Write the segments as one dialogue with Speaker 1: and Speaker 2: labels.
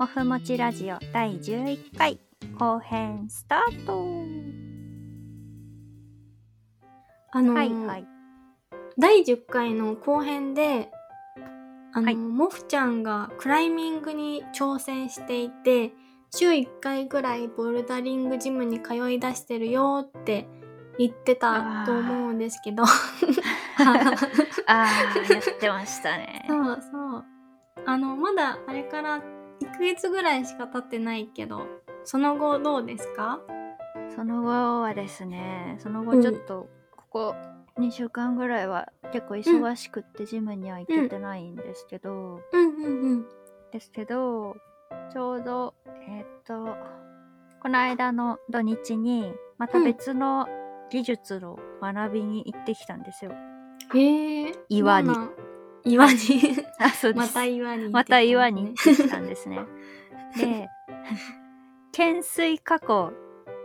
Speaker 1: おふもちラジオ第11回後編スタート
Speaker 2: あのー
Speaker 1: はいはい
Speaker 2: 第10回の後編で、あのー
Speaker 1: はい
Speaker 2: モフちゃんがクライミングに挑戦していて、週1回ぐらいボルダリングジムに通い出してるよって言ってたと思うんです けど。
Speaker 1: あーやってましたね
Speaker 2: そうそう。あの、まだあれから1ヶ月ぐらいしか経ってないけど、その後どうですか
Speaker 1: その後はですねその後ちょっとここ2週間ぐらいは結構忙しくってジムには行けてないんですけど、
Speaker 2: うんうんうん。
Speaker 1: ですけどちょうどえーっとこの間の土日にまた
Speaker 2: うん
Speaker 1: 別の技術の学びに行ってきたんですよ。
Speaker 2: へえ。
Speaker 1: 岩に
Speaker 2: そうなん。岩に。
Speaker 1: あそうで
Speaker 2: ますた岩に、
Speaker 1: また岩に行っ。てきたんですね。で懸垂加工
Speaker 2: う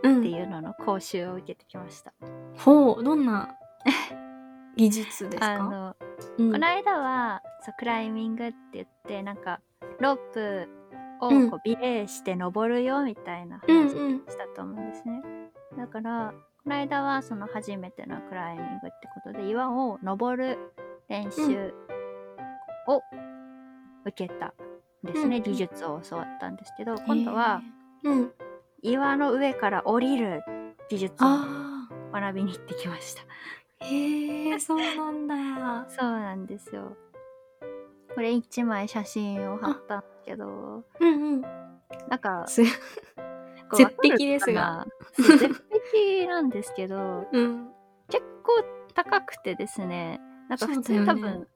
Speaker 1: って
Speaker 2: ん。
Speaker 1: いうのの講習を受けてきました。
Speaker 2: ほう、どんな技術です
Speaker 1: あ
Speaker 2: か
Speaker 1: の
Speaker 2: うん
Speaker 1: この間はそうクライミングって言ってなんかロープを
Speaker 2: うん
Speaker 1: こうビレーして登るよみたいな
Speaker 2: うん
Speaker 1: 話
Speaker 2: うん。
Speaker 1: したと思うんですね。だから、この間はその初めてのクライミングってことで、岩を登る練習を受けたんですね。
Speaker 2: うんうん
Speaker 1: 技術を教わったんですけど、今度は
Speaker 2: へえ。うん。
Speaker 1: 岩の上から降りる技術を
Speaker 2: あ
Speaker 1: 学びに行ってきました。
Speaker 2: あ。へえ、そうなんだ。
Speaker 1: そうなんですよ。これ一枚写真を貼ったんだけど、
Speaker 2: うんうん。
Speaker 1: なんか、
Speaker 2: す
Speaker 1: こうわかる
Speaker 2: 絶壁です
Speaker 1: か
Speaker 2: が
Speaker 1: な。そう絶壁なんですけど、
Speaker 2: うん。
Speaker 1: 結構高くてですねなんか普通
Speaker 2: そう
Speaker 1: に
Speaker 2: だ
Speaker 1: 多
Speaker 2: よね
Speaker 1: 分、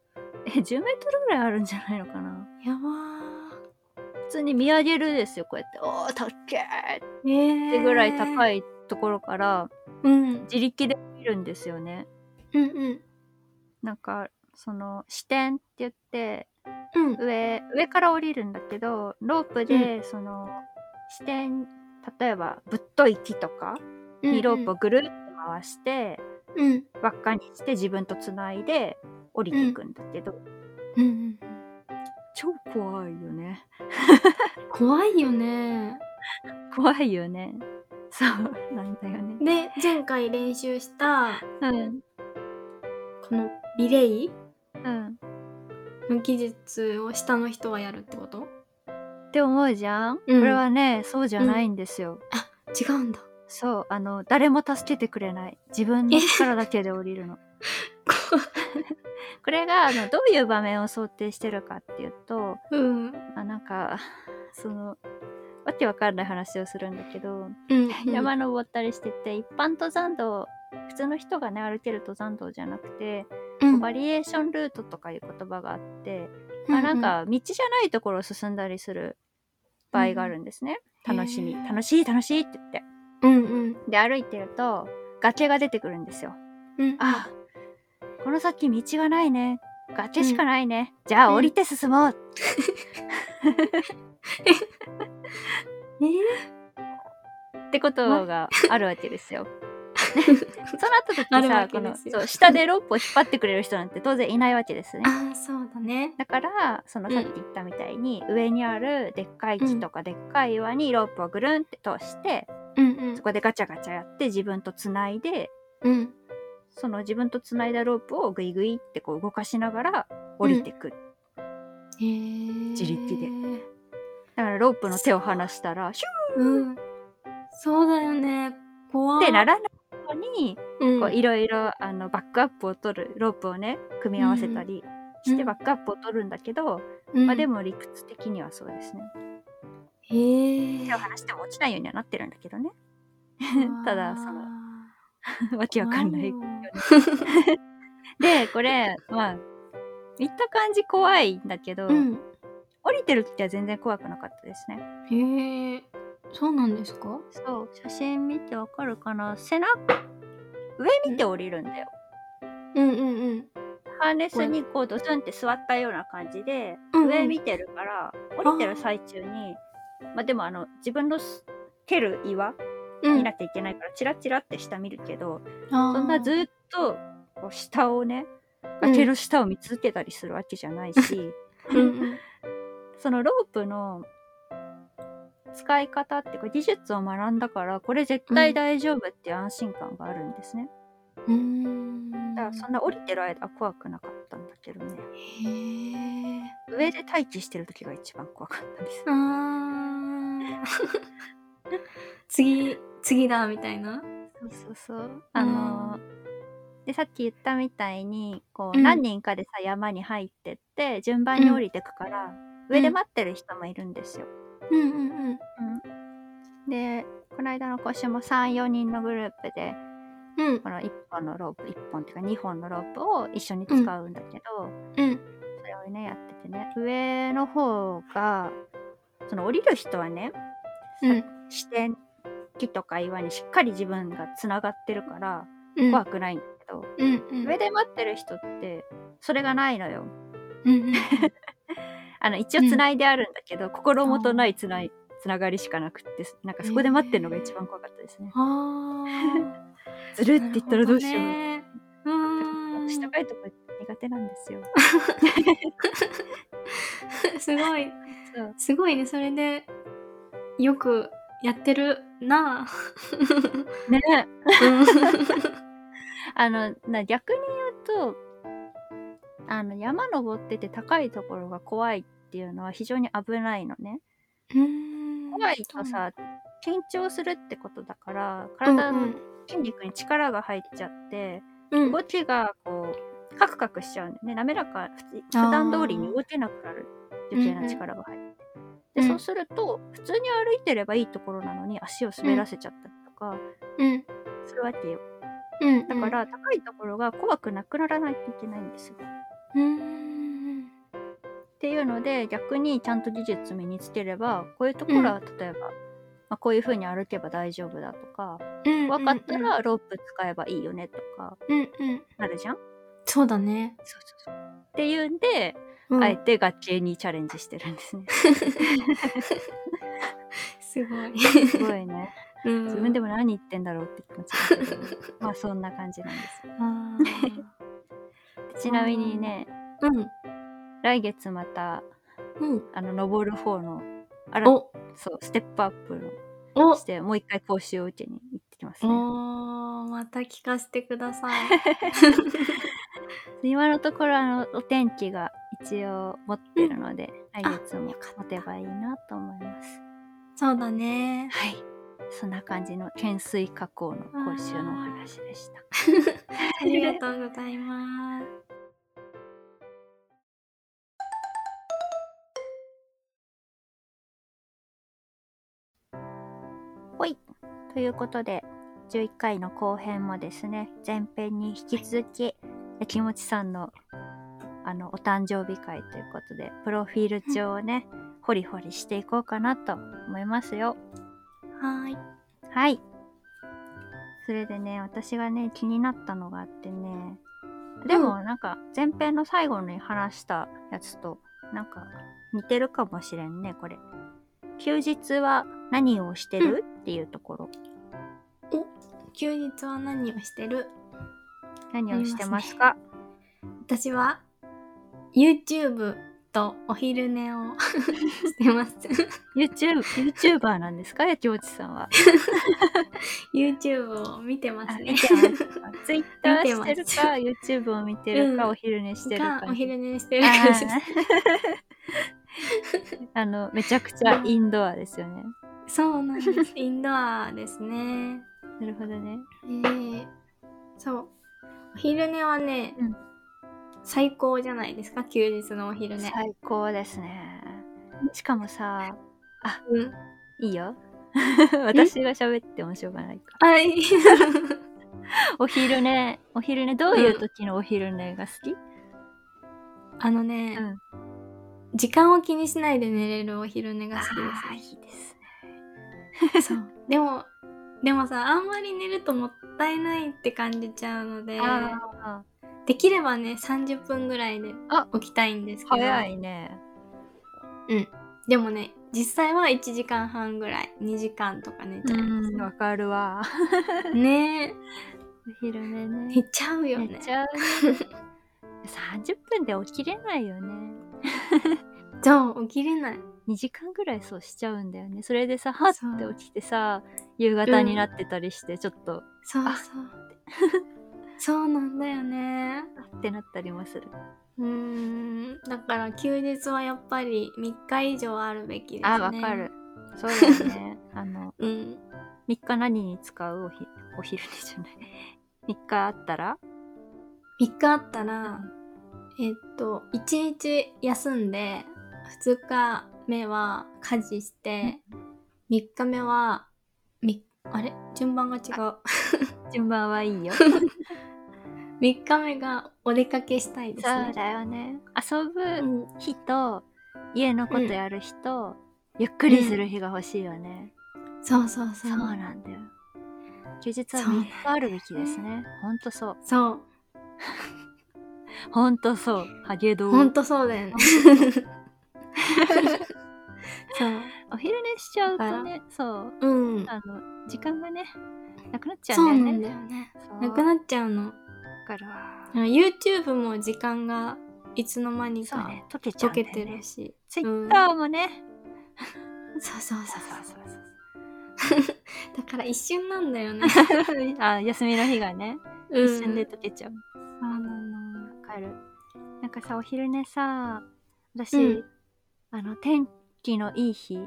Speaker 1: え10メートルぐらいあるんじゃないのかな
Speaker 2: やば
Speaker 1: 普通に見上げるですよこうやっておーたっけーっ
Speaker 2: ー。へえ。
Speaker 1: てぐらい高
Speaker 2: い。
Speaker 1: いところから
Speaker 2: うん。
Speaker 1: 自力で見るんですよね
Speaker 2: うんうん。
Speaker 1: なんかその視点って言って
Speaker 2: うん。
Speaker 1: 上上から降りるんだけどロープでその視点、例えばぶっとい木とかにロープをぐるって回して
Speaker 2: うん。
Speaker 1: 輪っかにして自分とつないで降りていくんだけど、
Speaker 2: うんうん。
Speaker 1: 超怖いよね
Speaker 2: 怖いよね。
Speaker 1: 怖いよねそうなんだよね
Speaker 2: で、前回練習した、
Speaker 1: うん
Speaker 2: このリレイ
Speaker 1: うん
Speaker 2: の技術を下の人はやるってこと
Speaker 1: って思うじゃん、
Speaker 2: うん
Speaker 1: これはねそうじゃないんですよ、
Speaker 2: 違うんだ。
Speaker 1: そうあの誰も助けてくれない自分の力だけで降りる のこれがあのどういう場面を想定してるかっていうと
Speaker 2: うん。
Speaker 1: あなんかそのわけわかんない話をするんだけど、
Speaker 2: うん。
Speaker 1: 山登ったりしてて一般登山道普通の人がね歩ける登山道じゃなくて、
Speaker 2: うん
Speaker 1: バリエーションルートとかいう言葉があって、まあ、なん、か道じゃないところを進んだりする場合があるんですね。
Speaker 2: うん
Speaker 1: 楽しみ
Speaker 2: へー
Speaker 1: 楽しい楽しいって言って。
Speaker 2: うんうん。
Speaker 1: で歩いてると崖が出てくるんですよ。
Speaker 2: うん。
Speaker 1: あこの先道がないね崖しかないね、じゃあ降りて進もう、
Speaker 2: え
Speaker 1: ってことがあるわけですよ。 その後時
Speaker 2: ある
Speaker 1: さ
Speaker 2: わ
Speaker 1: こ
Speaker 2: けで
Speaker 1: の
Speaker 2: すよ
Speaker 1: そう下でロープを引っ張ってくれる人なんて当然いないわけですね。
Speaker 2: ああ、そうだね。
Speaker 1: だからその
Speaker 2: うん
Speaker 1: さっき言ったみたいに、上にあるでっかい木とかでっかい岩にロープをぐるんって通して、
Speaker 2: うんうん
Speaker 1: そこでガチャガチャやって自分とつないで
Speaker 2: うん。
Speaker 1: その自分とつないだロープをグイグイってこう動かしながら降りてく、
Speaker 2: へえ。
Speaker 1: 自力で。だからロープの手を離したらシ
Speaker 2: うん。そうだよね。
Speaker 1: ュ
Speaker 2: 怖
Speaker 1: ッ
Speaker 2: い。
Speaker 1: てならないように
Speaker 2: うん、
Speaker 1: こういろいろあのバックアップを取るロープをね組み合わせたり
Speaker 2: うん
Speaker 1: し
Speaker 2: う
Speaker 1: て
Speaker 2: ん
Speaker 1: バックアップを取るんだけど、
Speaker 2: うん
Speaker 1: まあ、で。も理屈的にはそうですね
Speaker 2: へえ。
Speaker 1: 手を離しても落ちないようにはなってるんだけどね ただその
Speaker 2: うわ
Speaker 1: わ
Speaker 2: ー
Speaker 1: けわかんない
Speaker 2: 怖よ
Speaker 1: で、これ、まあ、見た感じ怖いんだけど、
Speaker 2: うん。
Speaker 1: 降りてる時は全然怖くなかったですね。
Speaker 2: へえ。そうなんですか
Speaker 1: そう、写真見てわかるかな背中、上見て降りるんだよ。
Speaker 2: うんうんうん。
Speaker 1: ハーネスにこうドスンって座ったような感じで、
Speaker 2: うんうん
Speaker 1: 上見てるから、降りてる最中に、まあでもあの、自分のす蹴る岩
Speaker 2: うん
Speaker 1: 見なきゃいけないから、チラチラって下見るけど、
Speaker 2: そ
Speaker 1: そんなずっとこう下をね、崖の下を見 続けたりするわけじゃないし、
Speaker 2: うんうん
Speaker 1: そのロープの使い方っていうか技術を学んだからこれ絶対大丈夫っていう安心感があるんですね、
Speaker 2: うーん
Speaker 1: だからそんな降りてる間は怖くなかったんだけどね
Speaker 2: へえ
Speaker 1: 上で待機してる時が一番怖かったです
Speaker 2: あー 次次だみたいな
Speaker 1: そうそうそうあのーでさっき言ったみたいにこう、
Speaker 2: うん
Speaker 1: 何人かでさ山に入ってって順番に降りてくから、上で待ってる人もいるんですよ、
Speaker 2: うんうんうん
Speaker 1: でこの間の講習も34人のグループで
Speaker 2: うん
Speaker 1: この1本のロープ1本っていうか2本のロープを一緒に使うんだけど、
Speaker 2: うん
Speaker 1: それをねやっててね上の方がその降りる人はね
Speaker 2: うん
Speaker 1: 視点木とか岩にしっかり自分がつながってるから
Speaker 2: うん
Speaker 1: 怖くないんだけど、
Speaker 2: うんうん
Speaker 1: 上で待ってる人ってそれがないのよ
Speaker 2: うん
Speaker 1: あの一応つないであるんだけど、心もとないつないつながりしかなくってなんかそこで待ってるのが一番怖かったですね、
Speaker 2: うん あ
Speaker 1: ずるっ
Speaker 2: あ
Speaker 1: て言ったらどうしよう、
Speaker 2: ね、う
Speaker 1: 私
Speaker 2: ーん
Speaker 1: 高いとこ苦手なんですよ
Speaker 2: すごい
Speaker 1: そう
Speaker 2: すごいねそれでよくやってるなあ
Speaker 1: ね
Speaker 2: うん
Speaker 1: あのな逆に言うとあの山登ってて高いところが怖いっていうのは非常に危ないのね
Speaker 2: うん
Speaker 1: 怖いとさ緊張するってことだから
Speaker 2: うん
Speaker 1: 体の筋肉に力が入っちゃって、
Speaker 2: うん
Speaker 1: 動きがこうカクカクしちゃうんだよね滑らかふつ普
Speaker 2: あー
Speaker 1: 段通りに動けなくなる余計な力が入って、
Speaker 2: うん
Speaker 1: でそうすると普通に歩いてればいいところなのに足を滑らせちゃったりとか
Speaker 2: うん
Speaker 1: するわけよ
Speaker 2: うん
Speaker 1: だから高いところが怖くなくならないといけないんですよ
Speaker 2: うん
Speaker 1: っていうので逆にちゃんと技術身につければこういうところは例えば、まあ、こういう風に歩けば大丈夫だとか分かったらロープ使えばいいよねとか
Speaker 2: うんうん
Speaker 1: なるじゃん、
Speaker 2: そうだね、
Speaker 1: そうそうそうっていうんで、
Speaker 2: うん
Speaker 1: あえて楽器にチャレンジしてるん ですね
Speaker 2: すごい、
Speaker 1: すごいね
Speaker 2: うん
Speaker 1: 自 分でも何言ってんだろうって気持ちだけど、まあそんな感じなんです
Speaker 2: あ
Speaker 1: よちなみにね
Speaker 2: ーうん
Speaker 1: 来月また
Speaker 2: うん
Speaker 1: あの登る方のあら
Speaker 2: お
Speaker 1: そうステップアップ
Speaker 2: お
Speaker 1: をしてもう一回講習を受けに行ってきますね
Speaker 2: おーまた聞かせてください
Speaker 1: 今のところあのお天気が一応持ってるので、
Speaker 2: あ
Speaker 1: 来月も
Speaker 2: よかった
Speaker 1: 持てばいいなと思います。
Speaker 2: そうだね
Speaker 1: はい。そんな感じの懸垂加工の講習のお話でした。
Speaker 2: ありがとうございます
Speaker 1: ほい。ということで、11回の後編もですね、前編に引き続き、やきもちさんの、あの、お誕生日会ということで、プロフィール帳をね、ホリホリしていこうかなと思いますよ。
Speaker 2: はーい
Speaker 1: はい。それでね、私がね、気になったのがあってね、でもなんか、前編の最後に話したやつと、なんか、似てるかもしれんね、これ。休日は何をしてる、っていうところ。
Speaker 2: 休日は何をしてる
Speaker 1: 何をしてますか
Speaker 2: 私は YouTube とお昼寝を してます
Speaker 1: YouTube、YouTuber なんですかやきもちさんは。
Speaker 2: YouTube を見てますね
Speaker 1: 見 てますか Twitter
Speaker 2: 見てま
Speaker 1: し
Speaker 2: す
Speaker 1: てるか、YouTube を見てるか、
Speaker 2: うん
Speaker 1: お昼寝してるか
Speaker 2: が。お昼寝してる感じ
Speaker 1: あー あの、めちゃくちゃインドアですよね。
Speaker 2: そうなんですインドアですね
Speaker 1: なるほどね。
Speaker 2: えー、そうお昼寝はね、
Speaker 1: うん
Speaker 2: 最高じゃないですか休日のお昼寝、
Speaker 1: 最高ですね。しかもさ、
Speaker 2: うん、
Speaker 1: いいよ。 私が喋ってもしょうがないか
Speaker 2: はい
Speaker 1: ら。お昼寝、お昼寝、どういう時のお昼寝が好き、
Speaker 2: あのね、
Speaker 1: うん
Speaker 2: 時間を気にしないで寝れるお昼寝が好き
Speaker 1: あー
Speaker 2: です
Speaker 1: いいですね。
Speaker 2: そうでもでもさあんまり寝るともったいないって感じちゃうので
Speaker 1: あ
Speaker 2: できればね30分ぐらいで
Speaker 1: あ
Speaker 2: 起きたいんです
Speaker 1: ー
Speaker 2: けど
Speaker 1: 早いね。
Speaker 2: でもね実際は1時間半ぐらい2時間とか寝ちゃいます
Speaker 1: わかるわ。
Speaker 2: ね
Speaker 1: お昼寝
Speaker 2: え
Speaker 1: ね
Speaker 2: 寝。ちゃうよね
Speaker 1: 寝ちゃうね。30分で起きれないよね。
Speaker 2: そう起きれない
Speaker 1: 2時間ぐらいそうしちゃうんだよねそれでさはっ
Speaker 2: そう
Speaker 1: て起きてさ夕方になってたりして、ちょっと
Speaker 2: そうそう
Speaker 1: あ。
Speaker 2: そうなんだよね。
Speaker 1: あってなったりもする
Speaker 2: うーん。だから休日はやっぱり3日以上あるべきですね。
Speaker 1: あわかる。そうだよ ねあの
Speaker 2: うん。
Speaker 1: 3日何に使うおひお昼寝じゃない3日あったら
Speaker 2: 3日あったら、えっと、1日休んで、2日目は家事して、3日目は、み、あれ順番が違う。
Speaker 1: 順番はいい よ
Speaker 2: 3日目がお出かけしたいですね。
Speaker 1: だよね遊
Speaker 2: う
Speaker 1: ぶ
Speaker 2: ん
Speaker 1: 日と家のことやる日と、ゆっくりする日が欲しいよね、
Speaker 2: そうそうそう。
Speaker 1: そうなんだよ休日は
Speaker 2: そうな
Speaker 1: 3
Speaker 2: んだ
Speaker 1: 日あるべきですねほんとそう
Speaker 2: そう。
Speaker 1: ほんとそうハゲドウ
Speaker 2: ほんとそうだ よね。そう。
Speaker 1: お昼寝しちゃうとねそう
Speaker 2: うん。
Speaker 1: あの時間がねなくなっちゃ
Speaker 2: そううん
Speaker 1: だ
Speaker 2: な
Speaker 1: よ
Speaker 2: ん
Speaker 1: ね
Speaker 2: だよね。
Speaker 1: そう
Speaker 2: なくなっちゃうの。
Speaker 1: わかるわ
Speaker 2: YouTube も時間がいつの間に
Speaker 1: そう
Speaker 2: か
Speaker 1: ね溶けちゃう
Speaker 2: 溶
Speaker 1: んだ
Speaker 2: け
Speaker 1: よ
Speaker 2: てる
Speaker 1: ね
Speaker 2: し。
Speaker 1: ツイ
Speaker 2: うん
Speaker 1: ッターもね、
Speaker 2: そうそう
Speaker 1: そ
Speaker 2: そうう
Speaker 1: そう
Speaker 2: そ
Speaker 1: そううそう
Speaker 2: だから一瞬なんだよ ね。
Speaker 1: あ休みの日がね、
Speaker 2: うん
Speaker 1: 一瞬で溶けちゃう。
Speaker 2: そうなの。
Speaker 1: わかる。なんかさ、お昼寝さ、私、
Speaker 2: うん
Speaker 1: あの、天気のいい日、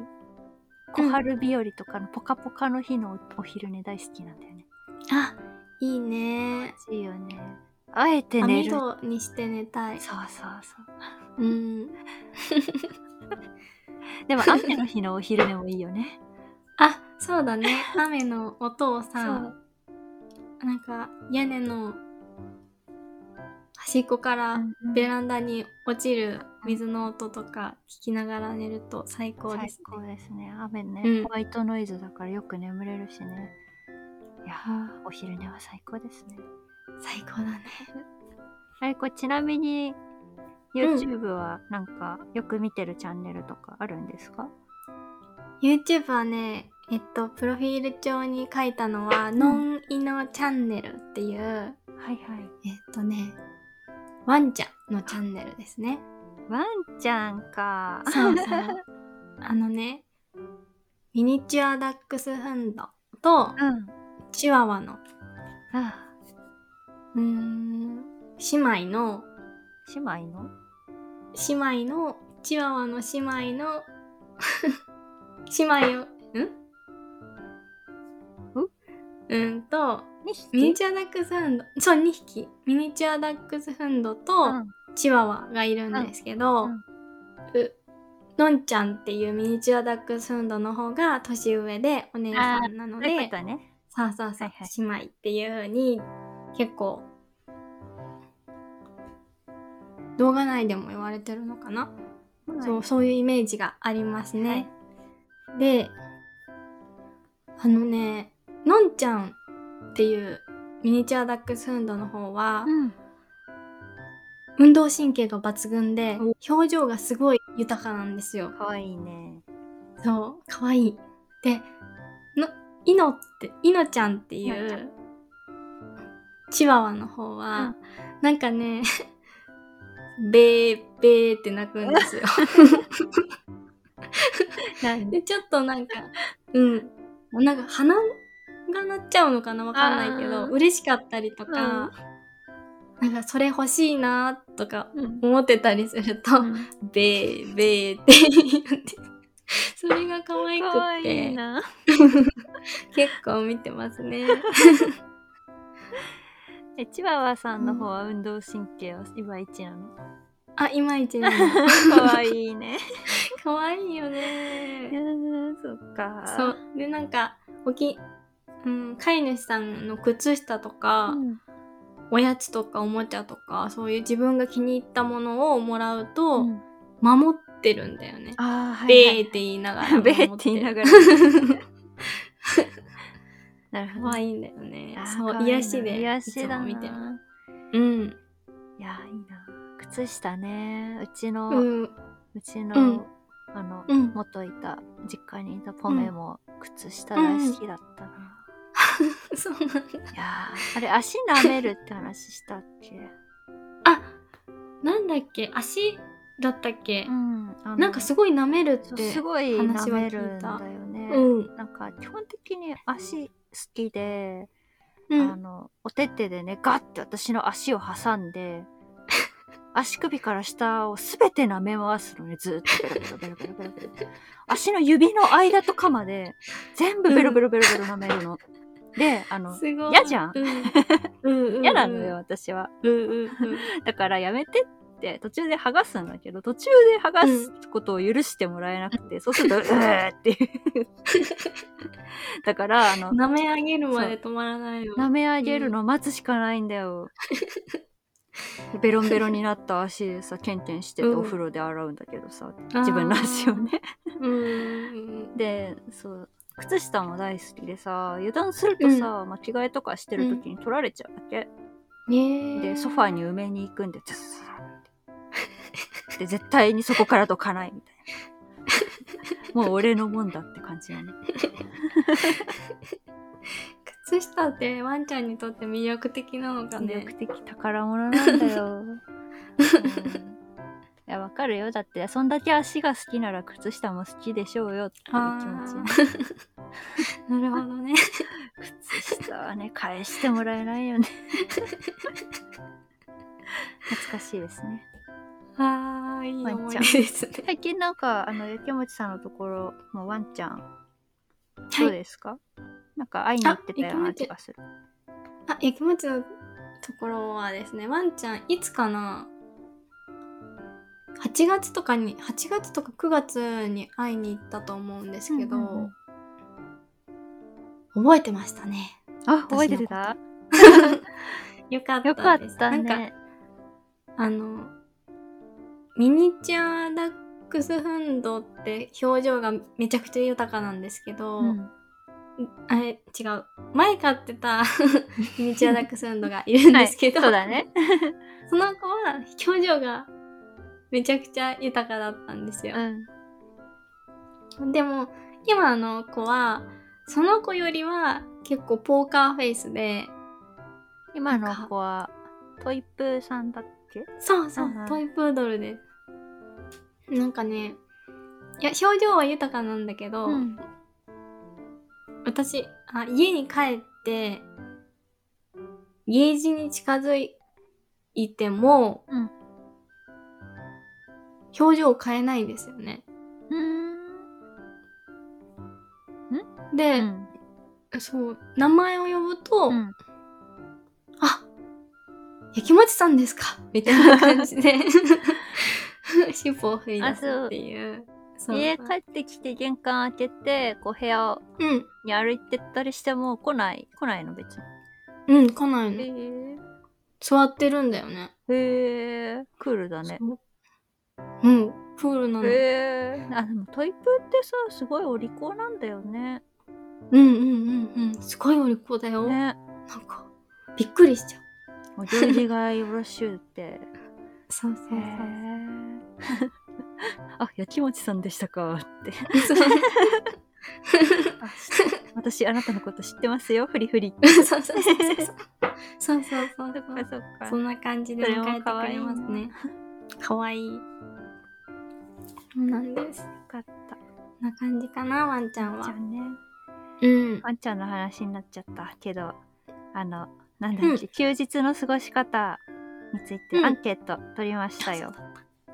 Speaker 1: 小春日和とかのポカポカの日のおお昼寝大好きなんだよね。
Speaker 2: あ、いいね。
Speaker 1: いいよね。あえて寝
Speaker 2: 網
Speaker 1: る。そう
Speaker 2: 戸にして寝たい。
Speaker 1: そうそう。
Speaker 2: うん。
Speaker 1: でも、雨の日のお昼寝もいいよね。
Speaker 2: あ、そうだね。雨の音 を
Speaker 1: そ
Speaker 2: さ
Speaker 1: う、。
Speaker 2: なんか屋根の端っこから
Speaker 1: うんうん
Speaker 2: ベランダに落ちる水の音とか聞きながら寝ると最高で
Speaker 1: 最
Speaker 2: す、ね。
Speaker 1: 高ですね。雨ね、
Speaker 2: うん
Speaker 1: ホワイトノイズだからよく眠れるしね。いやー、お昼寝は最高ですね。
Speaker 2: 最高だね。
Speaker 1: あれこれちなみに YouTube はなんかよく見てるチャンネルとかあるんですか、
Speaker 2: YouTube はね、えっと、プロフィール帳に書いたのは、ノンイノチャンネルっていう、え
Speaker 1: はいはい。
Speaker 2: っとね、ワンちゃんのチャンネルですね。
Speaker 1: ワンちゃんか。
Speaker 2: そうそう。 あのね、ミニチュアダックスフンド と
Speaker 1: うん。
Speaker 2: チワワの、
Speaker 1: あ
Speaker 2: うーん、姉妹の
Speaker 1: 姉妹の
Speaker 2: 姉妹のチワワの姉妹の 姉妹を
Speaker 1: ん
Speaker 2: んうんと
Speaker 1: 2
Speaker 2: ミニ
Speaker 1: 匹
Speaker 2: チュアダックスフンドそう2匹ミニチュアダックスフンド
Speaker 1: う
Speaker 2: と
Speaker 1: ん
Speaker 2: チワワがいるんですけ
Speaker 1: う
Speaker 2: ど、うんのんちゃんっていうミニチュアダックスフンドの方が年上でお姉さんなの
Speaker 1: そういう
Speaker 2: で
Speaker 1: ことね。
Speaker 2: そうそうそう、
Speaker 1: はいはい
Speaker 2: 姉妹っていう風に結構動画内でも言われてるのかな、そうそういうイメージがありますね。であのねのんちゃんっていうミニチュアダックスフンドの方は、
Speaker 1: うん。
Speaker 2: 運動神経が抜群で
Speaker 1: お
Speaker 2: 表情がすごい豊かなんですよ。
Speaker 1: かわいいね。
Speaker 2: そう可愛いい。でのいのっていのちゃんってい
Speaker 1: いのちゃん
Speaker 2: うチワワの方は、なんかね ベーベーって鳴くんで すよ。
Speaker 1: なん
Speaker 2: でちょっとなんかうんなんか鼻が鳴っちゃうのかなわかんないけ
Speaker 1: あ
Speaker 2: ど
Speaker 1: ー
Speaker 2: 嬉しかったりとか、なんかそれ欲しいなとか
Speaker 1: うん。
Speaker 2: 思ってたりすると、ベーベーって言ってそれが可愛
Speaker 1: か
Speaker 2: く
Speaker 1: わ
Speaker 2: て
Speaker 1: いいな。
Speaker 2: 結構見てますね
Speaker 1: え、チワワさんの方は運動神経はいまいちなの。
Speaker 2: あいまいちな の
Speaker 1: かわいいね。
Speaker 2: 可愛いよ
Speaker 1: いや
Speaker 2: ね
Speaker 1: ーそっか。
Speaker 2: そう。でなんかおき、うん、飼い主さんの靴下と
Speaker 1: う
Speaker 2: か、
Speaker 1: ん
Speaker 2: おやつとかおもちゃとかそういう自分が気に入ったものをもらう
Speaker 1: う
Speaker 2: と、
Speaker 1: ん。
Speaker 2: 守ってるんだよね。
Speaker 1: ああ、は
Speaker 2: ベ
Speaker 1: いはい
Speaker 2: ーって言い ながら
Speaker 1: べーって言いながら。なるほど。
Speaker 2: 可愛いんだよね
Speaker 1: あー
Speaker 2: そ
Speaker 1: 可
Speaker 2: う
Speaker 1: 愛いな
Speaker 2: 癒しで
Speaker 1: 癒
Speaker 2: い
Speaker 1: し
Speaker 2: つ
Speaker 1: だな
Speaker 2: も見てますうん
Speaker 1: いやいいな靴下ねうちの、
Speaker 2: う
Speaker 1: うんちの、
Speaker 2: うん
Speaker 1: あの、
Speaker 2: うん
Speaker 1: 元いた実家にいたポメも靴下大好きだったな、
Speaker 2: そうなんだ
Speaker 1: いやーあれ足舐めるって話したっけ
Speaker 2: あなんだっけ足だったっけ、
Speaker 1: うん、あの
Speaker 2: なんかすごい舐める
Speaker 1: そ
Speaker 2: っ
Speaker 1: う
Speaker 2: て
Speaker 1: すごい
Speaker 2: 話
Speaker 1: 舐
Speaker 2: は
Speaker 1: め
Speaker 2: 聞
Speaker 1: る
Speaker 2: い
Speaker 1: ん
Speaker 2: た
Speaker 1: だよね、
Speaker 2: うん
Speaker 1: なんか基本的に足好きで、
Speaker 2: う
Speaker 1: あ
Speaker 2: ん
Speaker 1: のお手手でねガッて私の足を挟ん で足首から下をすべて舐め回すのねずーっとベロベロベロベロベロベロ足の指の間とかまで全部ベロベロベロベロ舐めるの、であの
Speaker 2: すごい
Speaker 1: 嫌じゃん
Speaker 2: うんうんうんう ん
Speaker 1: 嫌なのよ私は
Speaker 2: うんうんうん
Speaker 1: だからやめてって途中で剥がすんだけど途中で剥がすことを許してもらえなくて、そうすると「うー」って いうだからあの
Speaker 2: 舐め上げるまで止まらないの
Speaker 1: 舐め上げるの待つしかないんだよ、ベロンベロンになった足でさケンケンしてて
Speaker 2: うん
Speaker 1: お風呂で洗うんだけどさ、 自分の足をね
Speaker 2: うんうん
Speaker 1: でそう靴下も大好きでさ油断するとさ、間違えとかしてる時に取られちゃうわけ、
Speaker 2: うんねえ
Speaker 1: でソファーに埋めに行くんでズズズズってで絶対にそこからどかないみたいなもう俺のもんだって感じやね
Speaker 2: 靴下ってワンちゃんにとって魅力的なのか
Speaker 1: 魅
Speaker 2: ね
Speaker 1: 力的宝物なんだ よ、うんいやわかるよだってそんだけ足が好きなら靴下も好きでしょうよっていう気持ち、ね、
Speaker 2: な るほどね
Speaker 1: 靴下はね返してもらえないよね懐かしいですね
Speaker 2: あーいい思い出ですね
Speaker 1: 最近なんかあのやきもちさんのところもワンちゃん
Speaker 2: は
Speaker 1: どう
Speaker 2: い
Speaker 1: ですか、なんか会いに行ってたよう
Speaker 2: あ
Speaker 1: な
Speaker 2: やきもち
Speaker 1: 気がする
Speaker 2: あやきもちのところはですねワンちゃんいつかな8月とかに8月とか9月に会いに行ったと思うんですけど、
Speaker 1: うんうん
Speaker 2: 覚えてましたね
Speaker 1: あ覚えてた
Speaker 2: よかっ
Speaker 1: よか
Speaker 2: た
Speaker 1: っ
Speaker 2: です
Speaker 1: た
Speaker 2: なんか
Speaker 1: ね
Speaker 2: あのミニチュアダックスフンドって表情がめちゃくちゃ豊かなんですけど、
Speaker 1: うん
Speaker 2: あれ違う前飼ってた ミニチュアダックスフンドがいるんですけど、
Speaker 1: はい そうだね
Speaker 2: その子は表情がめちゃくちゃ豊かだったんですよ
Speaker 1: う、ん
Speaker 2: でも今の子はその子よりは結構ポーカーフェイスで
Speaker 1: 今の子はトイプーさんだっけ
Speaker 2: そうそう、
Speaker 1: うんうん
Speaker 2: トイプードルですなんかねいや表情は豊かなんだけど、
Speaker 1: うん
Speaker 2: 私あ家に帰ってゲージに近づいても、
Speaker 1: うん
Speaker 2: 表情を変えないんですよね。
Speaker 1: うーんう
Speaker 2: で、
Speaker 1: ん
Speaker 2: そう名前を呼ぶと「
Speaker 1: うん
Speaker 2: あやきもちさんですか」みたいな感じで 尻尾を振り出すっていう。そう
Speaker 1: 家帰ってきて玄関開けてこう部屋
Speaker 2: うん
Speaker 1: に歩いてったりしても来ない来ないの別に
Speaker 2: うん来ないの。
Speaker 1: へ
Speaker 2: 座ってるんだよね。
Speaker 1: えへえクールだね
Speaker 2: そううん、プールなの。
Speaker 1: へえあでもトイプーってさすごいお利口なんだよね
Speaker 2: うんうんうんうん。すごいお利口だよ。
Speaker 1: ね
Speaker 2: なんか、びっくりしちゃう。
Speaker 1: お行事がよろしゅうって
Speaker 2: そうそう
Speaker 1: へえ あやきもちさんでしたかって
Speaker 2: そう。そ
Speaker 1: あ 私あなたのこと知ってますよフリフリ
Speaker 2: う そうそうそう。 そうそうそう
Speaker 1: そっか
Speaker 2: そ
Speaker 1: そっ
Speaker 2: う。
Speaker 1: か
Speaker 2: そんな感じで
Speaker 1: それ
Speaker 2: 迎
Speaker 1: も
Speaker 2: えてくれますね。かわいい。そうなんです。
Speaker 1: よかった
Speaker 2: こんな感じかな、ワンちゃん
Speaker 1: じゃあ
Speaker 2: は。
Speaker 1: ね
Speaker 2: うん。
Speaker 1: ワンちゃんの話になっちゃったけどあのなんだっけ、
Speaker 2: うん
Speaker 1: 休日の過ごし方について
Speaker 2: うん
Speaker 1: アンケート取りました よ。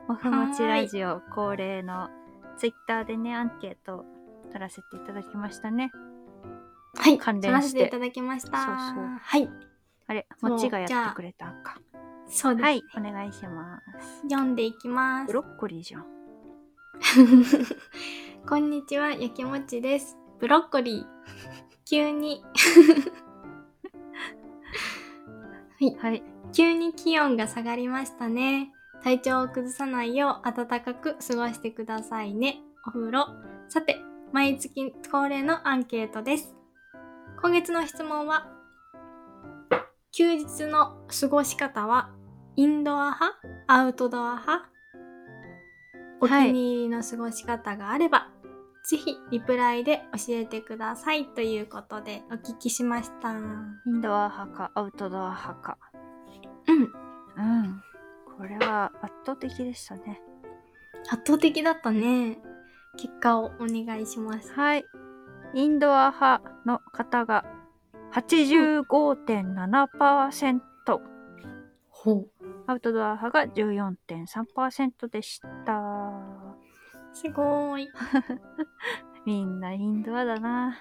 Speaker 1: もふもちラジオ恒例のツイッターでねアンケート取らせていただきましたね。
Speaker 2: はい。
Speaker 1: 関連して
Speaker 2: 取らせていただきました。
Speaker 1: そうそう
Speaker 2: はい。
Speaker 1: あれ
Speaker 2: そう
Speaker 1: もちがやってくれたんか。
Speaker 2: そうです。
Speaker 1: はいお願いします。
Speaker 2: 読んでいきま
Speaker 1: ブ。
Speaker 2: す
Speaker 1: ロッコリーじゃん。
Speaker 2: こんにちは、やきもちです。ブロッコリー。急に。
Speaker 1: はい
Speaker 2: 急に気温が下がりましたね。体調を崩さないよう暖かく過ごしてくださいね。お風呂。さて、毎月恒例のアンケートです。今月の質問は、休日の過ごし方はインドア派アウトドア派お気
Speaker 1: はい
Speaker 2: に入りの過ごし方があれば、ぜひリプライで教えてくださいということでお聞きしました。うん。
Speaker 1: インドア派かアウトドア派か。うんこれは圧倒的でしたね。
Speaker 2: 圧倒的だったね。結果をお願いします。
Speaker 1: はい。インドア派の方が85.7%、
Speaker 2: ほう。
Speaker 1: アウトドア派が14.3%でした。
Speaker 2: すご ーい。
Speaker 1: みんなインドアだな。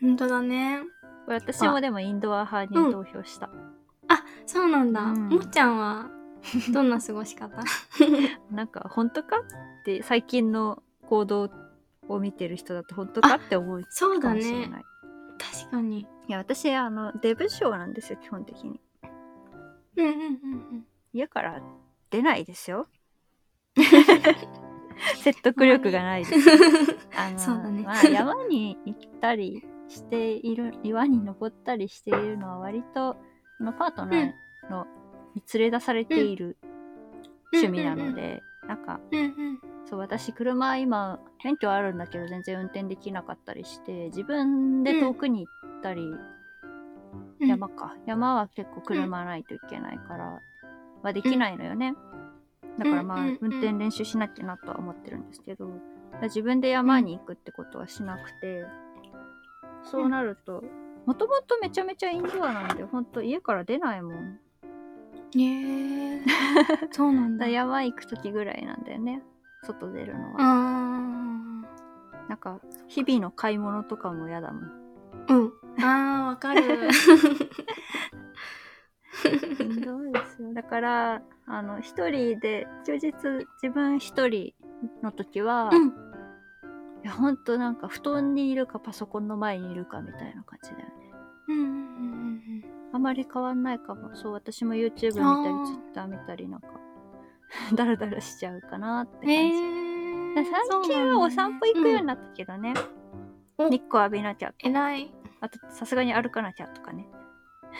Speaker 2: ほんとだね。
Speaker 1: これ私もでもインドア派に投票した。
Speaker 2: あ、そうなんだ。
Speaker 1: うん
Speaker 2: もっちゃんは、どんな過ご し方
Speaker 1: なんか本当かって最近の行動を見てる人だと本当かって思う
Speaker 2: そう
Speaker 1: か
Speaker 2: だ
Speaker 1: もしれない。
Speaker 2: ね。確かに。
Speaker 1: いや私あのデブ症なんですよ基本的に。
Speaker 2: うんうんうん
Speaker 1: 家から出ないですよ。説得力がないです。あの
Speaker 2: そうだね
Speaker 1: まあ、山に行ったりしている岩に登ったりしているのは割とあのパートナーの、に連れ出されている趣味なので、なんか
Speaker 2: うん。うんうん。
Speaker 1: そう私車今免許あるんだけど全然運転できなかったりして自分で遠くに行ったり、
Speaker 2: うん
Speaker 1: 山か山は結構車ないといけないから、はできないのよね、だからまあ、
Speaker 2: うんうんうん
Speaker 1: 運転練習しなきゃなとは思ってるんですけど自分で山に行くってことはしなくて、そうなるともともとめちゃめちゃインドアなんでほんと家から出ないもん
Speaker 2: へえ。そうなん
Speaker 1: だか
Speaker 2: だ。
Speaker 1: ら
Speaker 2: あ
Speaker 1: 山行く時ぐらいなんだよね外出るのは、
Speaker 2: あ
Speaker 1: なんか日々の買い物とかも嫌だもん
Speaker 2: ー。 うん。ああ、わかる。
Speaker 1: しんどいですよだからあの一人で休日自分一人の時は、
Speaker 2: う
Speaker 1: い
Speaker 2: ん。
Speaker 1: やほんとなんか布団にいるかパソコンの前にいるかみたいな感じだよね
Speaker 2: うんうん
Speaker 1: あまり変わんないかもそう私も YouTube 見たり
Speaker 2: あー
Speaker 1: Twitter 見たりなんか ダラダラしちゃうかなって
Speaker 2: うんうん。
Speaker 1: 感じ、だか
Speaker 2: ええ。
Speaker 1: ら最近はお散歩行くようにな
Speaker 2: な。
Speaker 1: ったけどね、
Speaker 2: うんお
Speaker 1: 日光浴びなきゃ
Speaker 2: えらい。
Speaker 1: あとさすがに歩かなきゃとかね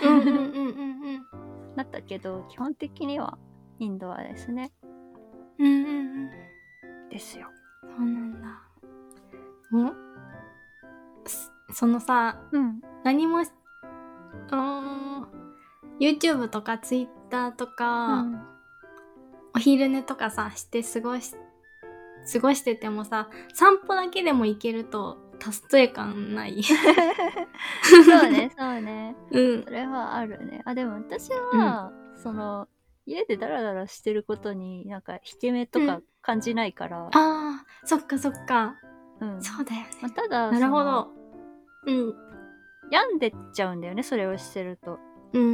Speaker 2: うんうんうんうんうん。
Speaker 1: なったけど基本的にはインドアですね
Speaker 2: うんうんうん。
Speaker 1: ですよ
Speaker 2: そうなんだ。おすそのさ、
Speaker 1: うん
Speaker 2: 何もし、うーん YouTube とか Twitter とか、
Speaker 1: うん
Speaker 2: お昼寝とかさ、して過ごし、過ごしててもさ、散歩だけでも行けると、達成感ない。
Speaker 1: そうね、そうね。
Speaker 2: うん
Speaker 1: そ。れはあるね。あ、でも私は、その、家でダラダラしてることに、なんか、引け目と
Speaker 2: う
Speaker 1: か
Speaker 2: ん
Speaker 1: 感じないから。
Speaker 2: ああ、そっかそっか。
Speaker 1: うん。
Speaker 2: そうだよね。
Speaker 1: まあ、ただ、
Speaker 2: なるほ
Speaker 1: そ
Speaker 2: ど
Speaker 1: の。。
Speaker 2: うん。
Speaker 1: 病んでっちゃうんだよね、それをしてると。
Speaker 2: うんう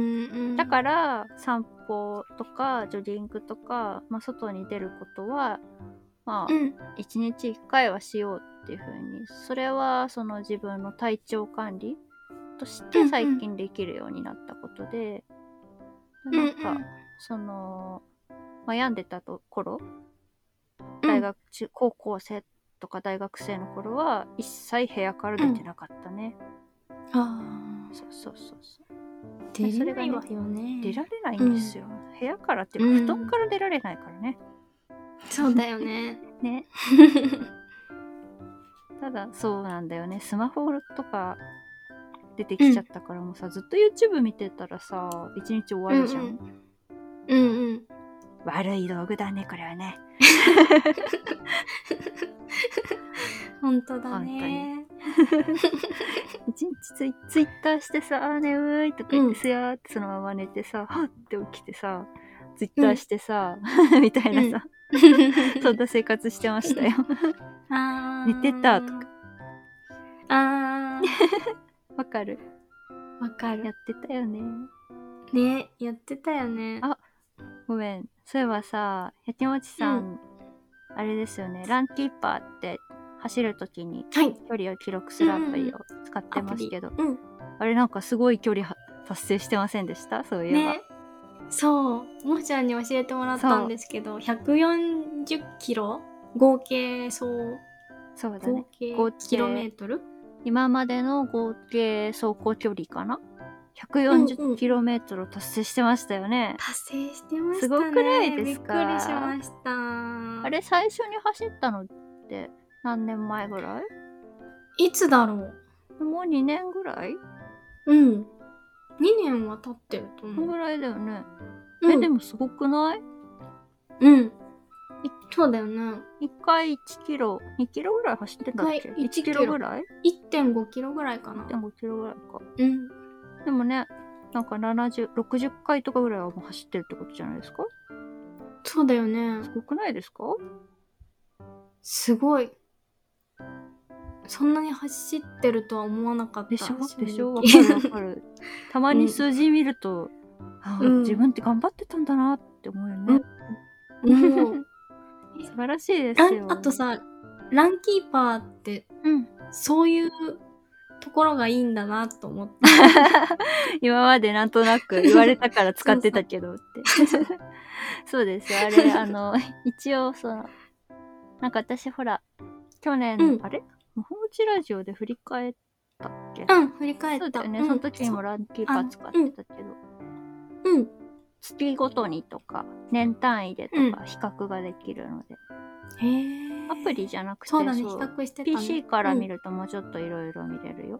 Speaker 2: ん。
Speaker 1: だから、散歩とか、ジョギングとか、まあ、外に出ることは、ま
Speaker 2: う
Speaker 1: あ、
Speaker 2: ん。
Speaker 1: 一日一回はしようっていうふうに、それは、その自分の体調管理とし
Speaker 2: うんう
Speaker 1: て
Speaker 2: ん
Speaker 1: 最近できるようになったことで、
Speaker 2: うんう
Speaker 1: なんんか、その、まあ、病んでたと頃、大学中、高校生とか大学生の頃は、一切部屋から出てなかったね。
Speaker 2: ああ。
Speaker 1: そうそうそうそう。
Speaker 2: 出
Speaker 1: それ
Speaker 2: れ
Speaker 1: が
Speaker 2: な
Speaker 1: ね
Speaker 2: いわよね。
Speaker 1: 出 られないんですよ。部屋からっていうか、布団から出られないからね。
Speaker 2: そうだよ ね。
Speaker 1: ね。ただ、そうなんだよね。スマホとか出てきちゃったから、もうさ、ずっと YouTube 見てたらさ、一日終わるじゃん。
Speaker 2: うんうんうん。
Speaker 1: 悪い道具だね、これはね。
Speaker 2: 本当だね。
Speaker 1: 一日ツイツイッターしてさ、あー眠いとか言っ
Speaker 2: うん
Speaker 1: て、すやーってそのまま寝てさ、はっって起きてさ、ツイッターしてさ、 みたいなさ、そんな生活してましたよ。
Speaker 2: あー
Speaker 1: 寝てたとか。
Speaker 2: あ
Speaker 1: わかる
Speaker 2: ー、わか
Speaker 1: や
Speaker 2: る
Speaker 1: っ。てたよね。
Speaker 2: ね、やってたよね。
Speaker 1: あごめん。そういえばさ、やきもちさん、
Speaker 2: う
Speaker 1: あれですよね、ランキーパーって走るときに
Speaker 2: はい。
Speaker 1: 距離を記録するアプリを使ってますけど、
Speaker 2: うん。
Speaker 1: あれなんかすごい距離は達成してませんでしたそういえば。
Speaker 2: ね。そう、もーちゃんに教えてもらったんですけど、140キロ合計、そう、
Speaker 1: そうだ
Speaker 2: 合
Speaker 1: ね。
Speaker 2: 計
Speaker 1: 合計
Speaker 2: キロメートル
Speaker 1: 今までの合計走行距離かな
Speaker 2: うんうん
Speaker 1: 140km を達成してましたよね、
Speaker 2: 達成してました
Speaker 1: す
Speaker 2: ね。
Speaker 1: ごくないですか
Speaker 2: びっくりしました。
Speaker 1: あれ最初に走ったのって何年前ぐらい
Speaker 2: いつだろう
Speaker 1: もう2年ぐらい
Speaker 2: うん。2年は経ってる
Speaker 1: そ
Speaker 2: と
Speaker 1: の
Speaker 2: 思う。
Speaker 1: ぐらいだよね、
Speaker 2: う
Speaker 1: え
Speaker 2: ん
Speaker 1: でもすごくない
Speaker 2: うん。いそうだよね。
Speaker 1: 一回1キロ、2キロぐらい走ってたっけ
Speaker 2: 一回
Speaker 1: ?1
Speaker 2: 1キ
Speaker 1: キ
Speaker 2: ロ
Speaker 1: ロぐらい
Speaker 2: 1.5キロぐらいかな。
Speaker 1: ?1.5 キロぐらいか。
Speaker 2: うん。
Speaker 1: でもね、なんか70、60回とかぐらいはもう走ってるってことじゃないですか
Speaker 2: そうだよね
Speaker 1: す。ごくないですか
Speaker 2: すごい。そんなに走ってるとは思わなかった。
Speaker 1: でしょでし ょわか
Speaker 2: 正直
Speaker 1: るわかる。たまに数字見ると、あ
Speaker 2: うん
Speaker 1: 自分って頑張ってたんだなって思うよね。
Speaker 2: も う
Speaker 1: 素晴らしいです
Speaker 2: ラ
Speaker 1: よ
Speaker 2: ン。あと、さ、ランキーパーって、
Speaker 1: うん、
Speaker 2: そういうところがいいんだなと思って。
Speaker 1: 今までなんとなく言われたから使ってたけどって。そうですよ。あれ、あの、一応、その、なんか私ほら、去年、
Speaker 2: うん
Speaker 1: あれ無法地ラジオで振り返ったっけ、
Speaker 2: うん、振り返った。
Speaker 1: そうだよね、
Speaker 2: うん
Speaker 1: その時にもランキーパー使ってたけど、
Speaker 2: そううん。
Speaker 1: 月ごとにとか、年単位でとか、比較ができるので、
Speaker 2: へ
Speaker 1: アプリじゃなくて、
Speaker 2: そうだね、比
Speaker 1: そう
Speaker 2: 較してた、ね。
Speaker 1: PC から見
Speaker 2: る。
Speaker 1: るともうちょっといろいろ見れるよ。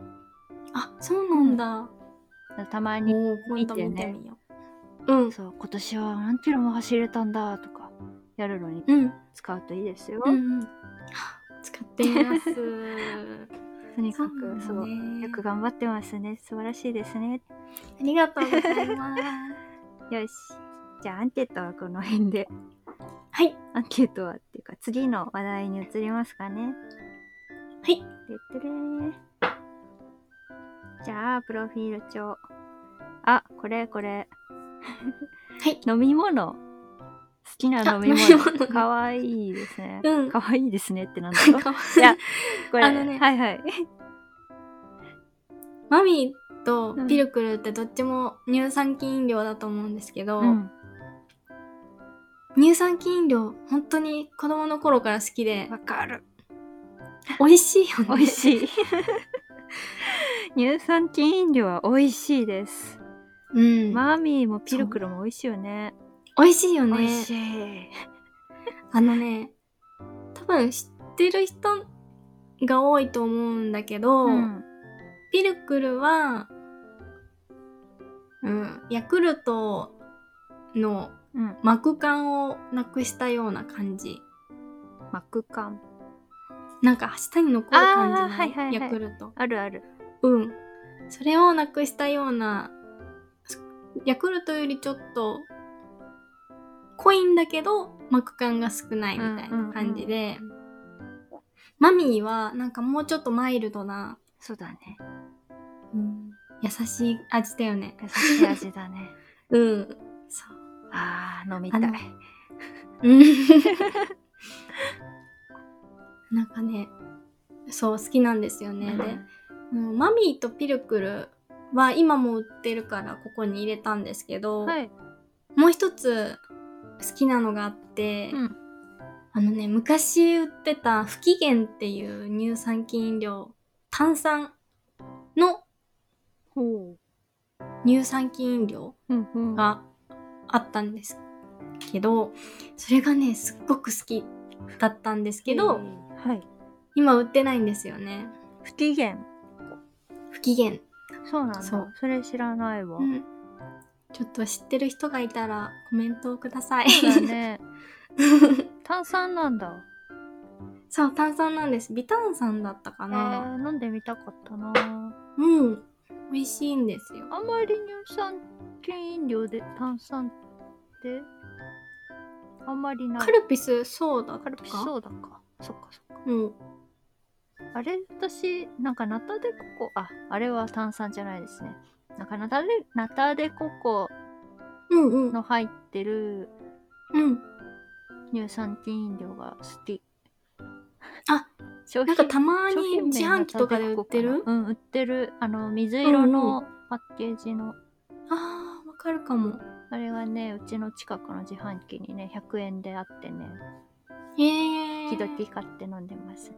Speaker 2: あ、そうなんだ。
Speaker 1: たまに、
Speaker 2: もう今度見てみよう。うん。
Speaker 1: そう、今年は何キロも走れたんだとか、やるのに
Speaker 2: うん。
Speaker 1: 使うといいですよ。
Speaker 2: うん。はあ使ってみます。
Speaker 1: とに
Speaker 2: そ
Speaker 1: か
Speaker 2: うな
Speaker 1: く、
Speaker 2: んだ
Speaker 1: そう,、
Speaker 2: ね
Speaker 1: よく頑張ってますね。素晴らしいですね。
Speaker 2: ありがとうございます。
Speaker 1: よし。じゃあ、アンケートはこの辺で。
Speaker 2: はい。
Speaker 1: アンケートはっていうか、次の話題に移りますかね。
Speaker 2: はい。
Speaker 1: てってれーじゃあ、プロフィール帳。あ、これこれ。
Speaker 2: はい。
Speaker 1: 飲み物。好きな飲み
Speaker 2: あ飲み
Speaker 1: 物。
Speaker 2: 物
Speaker 1: かわいいです ね。
Speaker 2: うん。
Speaker 1: かわいいですねってなんだろう
Speaker 2: かわ
Speaker 1: い や、これ、
Speaker 2: あのね
Speaker 1: はいはい。
Speaker 2: マミーとピルクルってどっちも乳酸菌飲料だと思うんですけど、
Speaker 1: うん
Speaker 2: 乳酸菌飲料本当に子供の頃から好きで
Speaker 1: わかる。
Speaker 2: 美味しいよね
Speaker 1: 美味しい。 乳酸菌飲料は美味しいです。
Speaker 2: うん、
Speaker 1: マーミーもピルクルも美味しいよね。
Speaker 2: 美味しいよね
Speaker 1: 美味しい。
Speaker 2: あのね多分知ってる人が多いと思うんだけど、
Speaker 1: うん。
Speaker 2: ピルクルは、うん、ヤクルトの
Speaker 1: うん。
Speaker 2: 膜感をなくしたような感じ
Speaker 1: 膜感。
Speaker 2: なんか舌に残る感じ
Speaker 1: あー
Speaker 2: の、
Speaker 1: はいはいはい
Speaker 2: ヤクルト
Speaker 1: あるある。
Speaker 2: うん。それをなくしたような、ヤクルトよりちょっと、濃いんだけど、膜感が少ないみたいな感じで、マミーはなんかもうちょっとマイルドな、
Speaker 1: そうだね。
Speaker 2: 優しい味だよね。
Speaker 1: 優しい味だね。
Speaker 2: うん。そ
Speaker 1: あー、飲みたい
Speaker 2: あ。のう。 うんなんかね、そう、好きなんですよ
Speaker 1: う
Speaker 2: ね。で
Speaker 1: ん、
Speaker 2: うんマミーとピルクルは今も売ってるからここに入れたんですけど、
Speaker 1: はい。
Speaker 2: もう一つ好きなのがあって、
Speaker 1: うん
Speaker 2: あのね昔売ってた不機嫌っていう乳酸菌飲料炭酸の
Speaker 1: ほ
Speaker 2: 乳酸菌飲料
Speaker 1: う。うんうん。
Speaker 2: があったんですけどそれがねすっごく好きだったんですけど、
Speaker 1: はい。
Speaker 2: 今売ってないんですよね
Speaker 1: 不機嫌。
Speaker 2: 不機嫌、
Speaker 1: そうなんだ。
Speaker 2: そう
Speaker 1: それ知らないわ。
Speaker 2: うんちょっと知ってる人がいたらコメントをください
Speaker 1: そうだね。炭酸なんだ。
Speaker 2: そう炭酸なんです微炭酸だったか
Speaker 1: え
Speaker 2: な、
Speaker 1: ー、飲んでみたかったな。
Speaker 2: うん。美味しいんですよ。
Speaker 1: あんまり乳酸菌飲料で炭酸ってあんまりない。
Speaker 2: カルピスソーダ
Speaker 1: カル
Speaker 2: と
Speaker 1: ピス
Speaker 2: か。
Speaker 1: ソーダか。そっかそっか。
Speaker 2: うん。
Speaker 1: あれ私、なんかナタデココ、あ、あれは炭酸じゃないですね。なんかナタデナタデココ
Speaker 2: うんうん。
Speaker 1: の入ってる
Speaker 2: うん。
Speaker 1: 乳酸菌飲料が好き。
Speaker 2: あ、
Speaker 1: 商
Speaker 2: なんかたま
Speaker 1: 商
Speaker 2: に
Speaker 1: 品名
Speaker 2: 自販機とかで売って
Speaker 1: ナタデ
Speaker 2: る
Speaker 1: ココかなうん、売ってる。あの、水色のパッケージの、
Speaker 2: ああ、わかるかも。
Speaker 1: あれがね、うちの近くの自販機にね、100円であってね、
Speaker 2: へえ。
Speaker 1: 時々買って飲んでますね。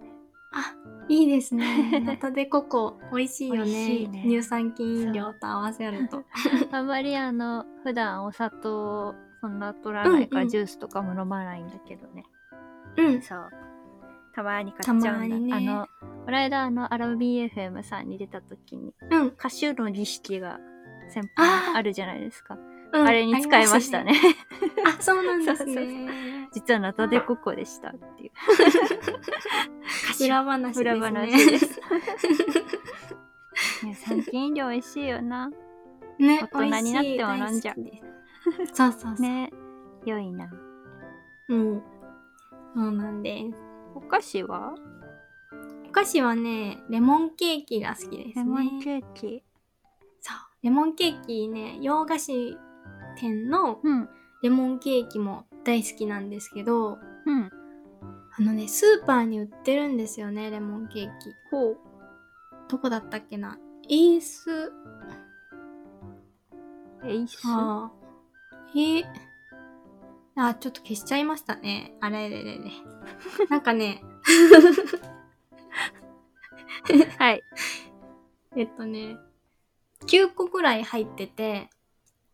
Speaker 2: あ、いいですね。ナタデココ、美味しいよ
Speaker 1: 美味し
Speaker 2: ね
Speaker 1: いね
Speaker 2: 乳酸菌飲料と合わ せると。
Speaker 1: あんまりあの普段お砂糖をそんな取らないから、
Speaker 2: うんうん
Speaker 1: ジュースとかも飲まないんだけどね
Speaker 2: うん。
Speaker 1: そうたまに買
Speaker 2: た
Speaker 1: っちゃう
Speaker 2: ま
Speaker 1: んだ、
Speaker 2: にね
Speaker 1: あのこの間あのアラビ FM さんに出た時に
Speaker 2: うん。
Speaker 1: 歌手の儀式が先
Speaker 2: あ
Speaker 1: 輩
Speaker 2: ー
Speaker 1: あるじゃないですか
Speaker 2: うん
Speaker 1: あれに使いましたね。
Speaker 2: あ、そうなんです
Speaker 1: そう
Speaker 2: ね。
Speaker 1: 実はナタデココでしたっていう。
Speaker 2: 裏話ですね。
Speaker 1: 裏話 です。乳酸菌飲料美味しいよな。
Speaker 2: ね、
Speaker 1: 大人になっても飲んじゃう
Speaker 2: 美味しい。大好きですそうそうそう。
Speaker 1: ね。良いな。
Speaker 2: うん。そうなんです。
Speaker 1: お菓子は
Speaker 2: お菓子はね、レモンケーキが好きです
Speaker 1: レ
Speaker 2: ね。
Speaker 1: モンケーキ。
Speaker 2: そう。レモンケーキね、洋菓子店の
Speaker 1: うん。
Speaker 2: レモンケーキも大好きなんですけど、
Speaker 1: うん。
Speaker 2: あのね、スーパーに売ってるんですよね、レモンケーキ。
Speaker 1: ほう。
Speaker 2: どこだったっけなイース、
Speaker 1: えいっす。
Speaker 2: あーえーあ、ちょっと消しちゃいましたね。あれれ れれ。なんかね、
Speaker 1: はい。
Speaker 2: えっとね、9個くらい入ってて、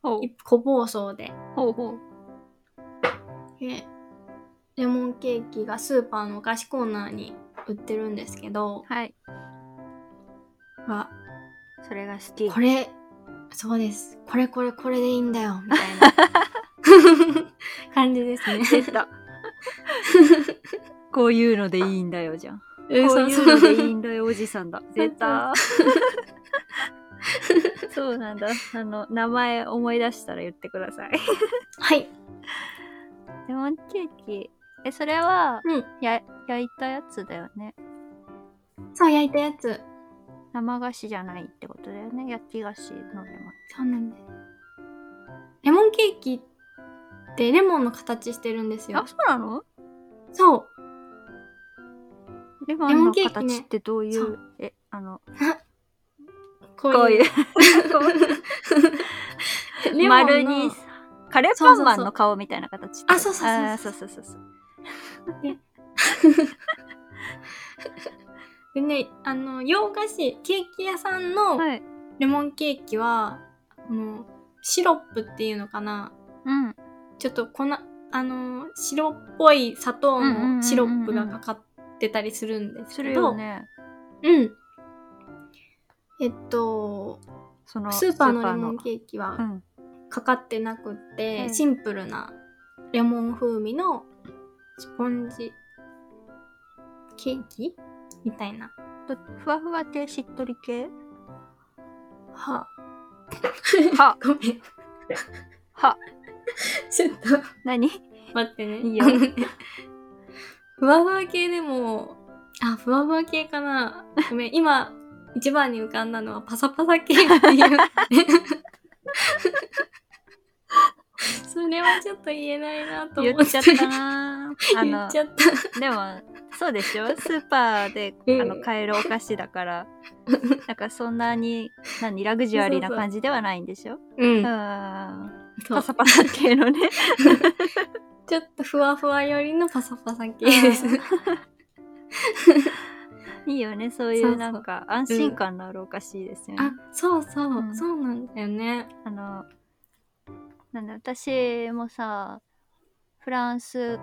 Speaker 1: ほう。
Speaker 2: 個包装で。
Speaker 1: ほうほう。
Speaker 2: でレモンケーキがスーパーのお菓子コーナーに売ってるんですけど、
Speaker 1: はい。
Speaker 2: は
Speaker 1: それが好き。
Speaker 2: これ、そうです。これこれこれでいいんだ よ、みたいな感じですね。
Speaker 1: 出た。こういうのでいいんだよじゃん。こ
Speaker 2: う
Speaker 1: ういう
Speaker 2: ん
Speaker 1: のでいい
Speaker 2: うん
Speaker 1: だよおじさん だ。出た。 そうなんだ。あの、名前思い出したら言ってくだ さい。
Speaker 2: はい。
Speaker 1: レモンケーキ。え、それは、
Speaker 2: うん。
Speaker 1: や、焼いたやつだよね。
Speaker 2: そう、焼いたやつ。
Speaker 1: 生菓子じゃないってことだよね。焼き菓子のレモン。
Speaker 2: そうなんです。レモンケーキってレモンの形してるんですよ
Speaker 1: あ、。そうなの
Speaker 2: そう。
Speaker 1: レモンの
Speaker 2: レモンケーキね
Speaker 1: 形ってどうい
Speaker 2: そうう、
Speaker 1: え、あの、
Speaker 2: こ
Speaker 1: こういう。
Speaker 2: レモンの
Speaker 1: 丸にさカレーパンマンの顔みたいな形って
Speaker 2: あそうそうそうそう
Speaker 1: あーそうそうそうそう
Speaker 2: でね、あの、洋菓子、ケーキ屋さんの
Speaker 1: はい
Speaker 2: レモンケーキは、この、シロップっていうのかな
Speaker 1: うん
Speaker 2: ちょっと粉、あの、白っぽい砂糖
Speaker 1: うんうんうんうんう
Speaker 2: の
Speaker 1: ん
Speaker 2: シロップがかかってたりするんです
Speaker 1: す
Speaker 2: け
Speaker 1: る
Speaker 2: ど、
Speaker 1: よね
Speaker 2: うん。えっと、
Speaker 1: その
Speaker 2: スーパーのレモンケーキ
Speaker 1: スー
Speaker 2: は
Speaker 1: パーのうん
Speaker 2: かかってなくって、
Speaker 1: うん
Speaker 2: シンプルなレモン風味のスポンジケーキみたいな。
Speaker 1: とふわふわ系しっとり系
Speaker 2: は、
Speaker 1: は
Speaker 2: ごめん。ち
Speaker 1: は
Speaker 2: ょっと、
Speaker 1: 何
Speaker 2: 待ってね。
Speaker 1: いいよ
Speaker 2: ふわふわ系でも、あ、ふわふわ系かな。ごめん、今、一番に浮かんだのはパサパサ系っていう。それはちょっと言えないなと
Speaker 1: 言
Speaker 2: 思
Speaker 1: っ
Speaker 2: っ
Speaker 1: ち
Speaker 2: て
Speaker 1: ゃった なーあ
Speaker 2: 言
Speaker 1: の
Speaker 2: っちゃった。
Speaker 1: でもそうでし ょスーパーであ
Speaker 2: うん
Speaker 1: の買えるお菓子だ からなんかそんなに何ラグジュアリーな
Speaker 2: そうそう
Speaker 1: 感じではないんでしょ
Speaker 2: うん
Speaker 1: う。ん
Speaker 2: そう
Speaker 1: パサパサ系のね
Speaker 2: ちょっとふわふわよりのパサパサ系です。
Speaker 1: いいよねそうい
Speaker 2: そうそうう
Speaker 1: なんか安心感のあるお菓子ですよね
Speaker 2: あ、そうそう、
Speaker 1: うん
Speaker 2: そうなんだよね。
Speaker 1: あのなんだ私もさフランス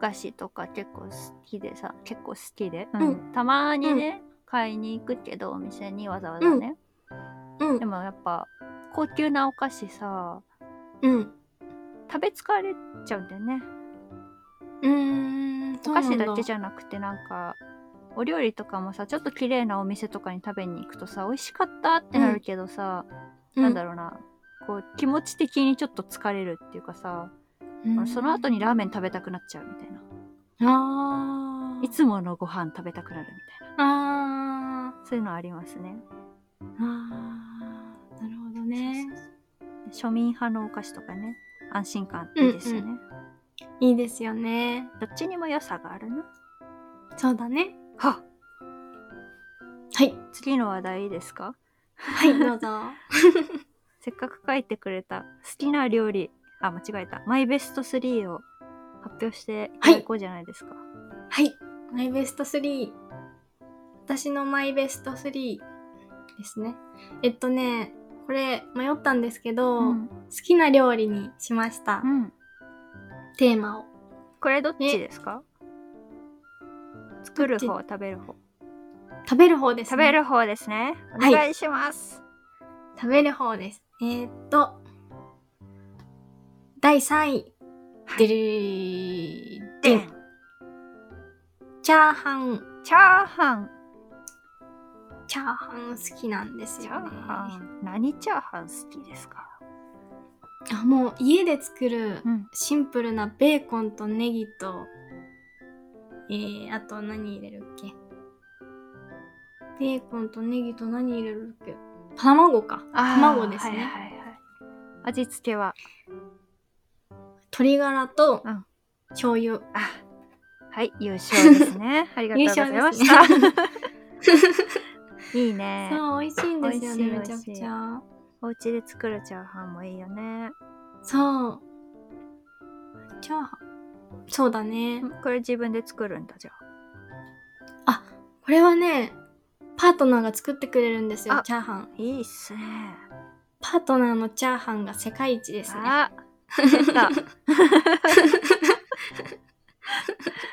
Speaker 1: 菓子とか結構好きでさ結構好きで、うん
Speaker 2: う
Speaker 1: たまにね、買いに行くけどお店にわざわざね、
Speaker 2: うん
Speaker 1: で。もやっぱ高級なお菓子さ
Speaker 2: うん。
Speaker 1: 食べ疲れちゃうんだよね
Speaker 2: うーん。
Speaker 1: お菓子だけじ
Speaker 2: ゃ。
Speaker 1: ゃなくてなんかお料理とかもさちょっと綺麗なお店とかに食べに行くとさ美味しかったってなるけどさ、なんだ
Speaker 2: ろ
Speaker 1: ろうなこう気持ち的にちょっと疲れるっていうかさ、
Speaker 2: う
Speaker 1: あのその後にラーメン食べたくなっちゃうみたいな。
Speaker 2: あー
Speaker 1: いつものご飯食べたくなるみたい
Speaker 2: あ
Speaker 1: な。そういうのありますね。
Speaker 2: ーあーなるほどね
Speaker 1: そうそうそう庶民派のお菓子とかね、安心感いいですよね。
Speaker 2: うんいいですよね
Speaker 1: どっちにも良さがあるな。
Speaker 2: そうだね
Speaker 1: は
Speaker 2: はい
Speaker 1: 次の話題いいですか
Speaker 2: はいどうぞ
Speaker 1: せっかく書いてくれた好きな料理、あ、間違えた。マイベスト3を発表していただこうじゃないですか。
Speaker 2: はいマイベスト3私のマイベスト3ですねえっとねこれ迷ったんですけど、
Speaker 1: うん。
Speaker 2: 好きな料理にしました、
Speaker 1: うん
Speaker 2: テーマを
Speaker 1: これどっちですか作る方、食べる方。
Speaker 2: 食べる方です、
Speaker 1: 食
Speaker 2: ね、
Speaker 1: べる方ですね。お
Speaker 2: はい
Speaker 1: 願いします。
Speaker 2: 食べる方ですえー、っと第3位。
Speaker 1: はい
Speaker 2: でりー
Speaker 1: で
Speaker 2: で
Speaker 1: ん
Speaker 2: ん。チャーハン。
Speaker 1: チャーハン
Speaker 2: チャーハン好きなんです
Speaker 1: チャ
Speaker 2: よ
Speaker 1: ー
Speaker 2: ね。
Speaker 1: ハン何チャーハン好きですか
Speaker 2: あ、もう家で作る
Speaker 1: うん
Speaker 2: シンプルなベーコンとネギと、えー、あと何入れるっけベーコンとネギと何入れるっけ卵か。卵です
Speaker 1: は
Speaker 2: ね。
Speaker 1: いはいはい味付けは
Speaker 2: 鶏ガラと
Speaker 1: うん
Speaker 2: 醤油。
Speaker 1: あ はい優勝ですねありがとうございました、
Speaker 2: 優勝で
Speaker 1: いいね
Speaker 2: そう、美味しいんですよね、
Speaker 1: 美
Speaker 2: め
Speaker 1: 味し
Speaker 2: ち
Speaker 1: い
Speaker 2: ゃくちゃ。
Speaker 1: お家で作るチャーハンもいいよね
Speaker 2: そう。チャーハン。そうだね。
Speaker 1: これ自分で作るんだじゃ
Speaker 2: あ、これはね、パートナーが作ってくれるんですよ
Speaker 1: あ、
Speaker 2: チャーハン。
Speaker 1: あいいっすね
Speaker 2: パートナーのチャーハンが世界一 ですね。
Speaker 1: あ出た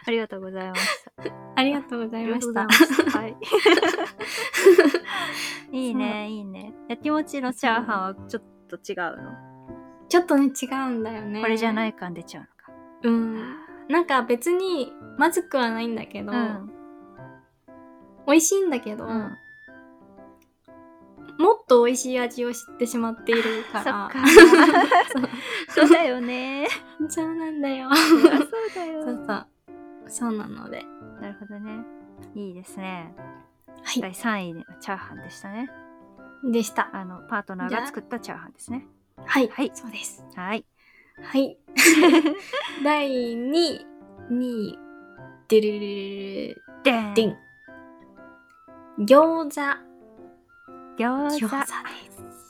Speaker 1: ありがとうございました
Speaker 2: ありがとうございました。
Speaker 1: はい いいねいいね焼きもちのチャーハンはちょっと違うの
Speaker 2: ちょっとね、違うんだよね。。
Speaker 1: これじゃないい感出ちゃうのか
Speaker 2: うん。なんか別に、まずくはないんだけど、
Speaker 1: うん
Speaker 2: 美味しいんだけど、
Speaker 1: うん
Speaker 2: もっと美味しい味を知ってしまっている
Speaker 1: そ
Speaker 2: か
Speaker 1: っ
Speaker 2: ら
Speaker 1: か。
Speaker 2: そ
Speaker 1: そううだよね
Speaker 2: そうなんだよ。
Speaker 1: そりゃそうだよ
Speaker 2: そうそう。そうなので。
Speaker 1: なるほどねいいですね
Speaker 2: は
Speaker 1: 第3位のチャーハンでしたね
Speaker 2: い。でした。
Speaker 1: あのパートナーが作ったチャーハンですね
Speaker 2: はい。
Speaker 1: はい
Speaker 2: そうです。
Speaker 1: はい
Speaker 2: はい。第2位、2位、でるるるる
Speaker 1: でん
Speaker 2: でん。餃子。
Speaker 1: 餃子
Speaker 2: 餃子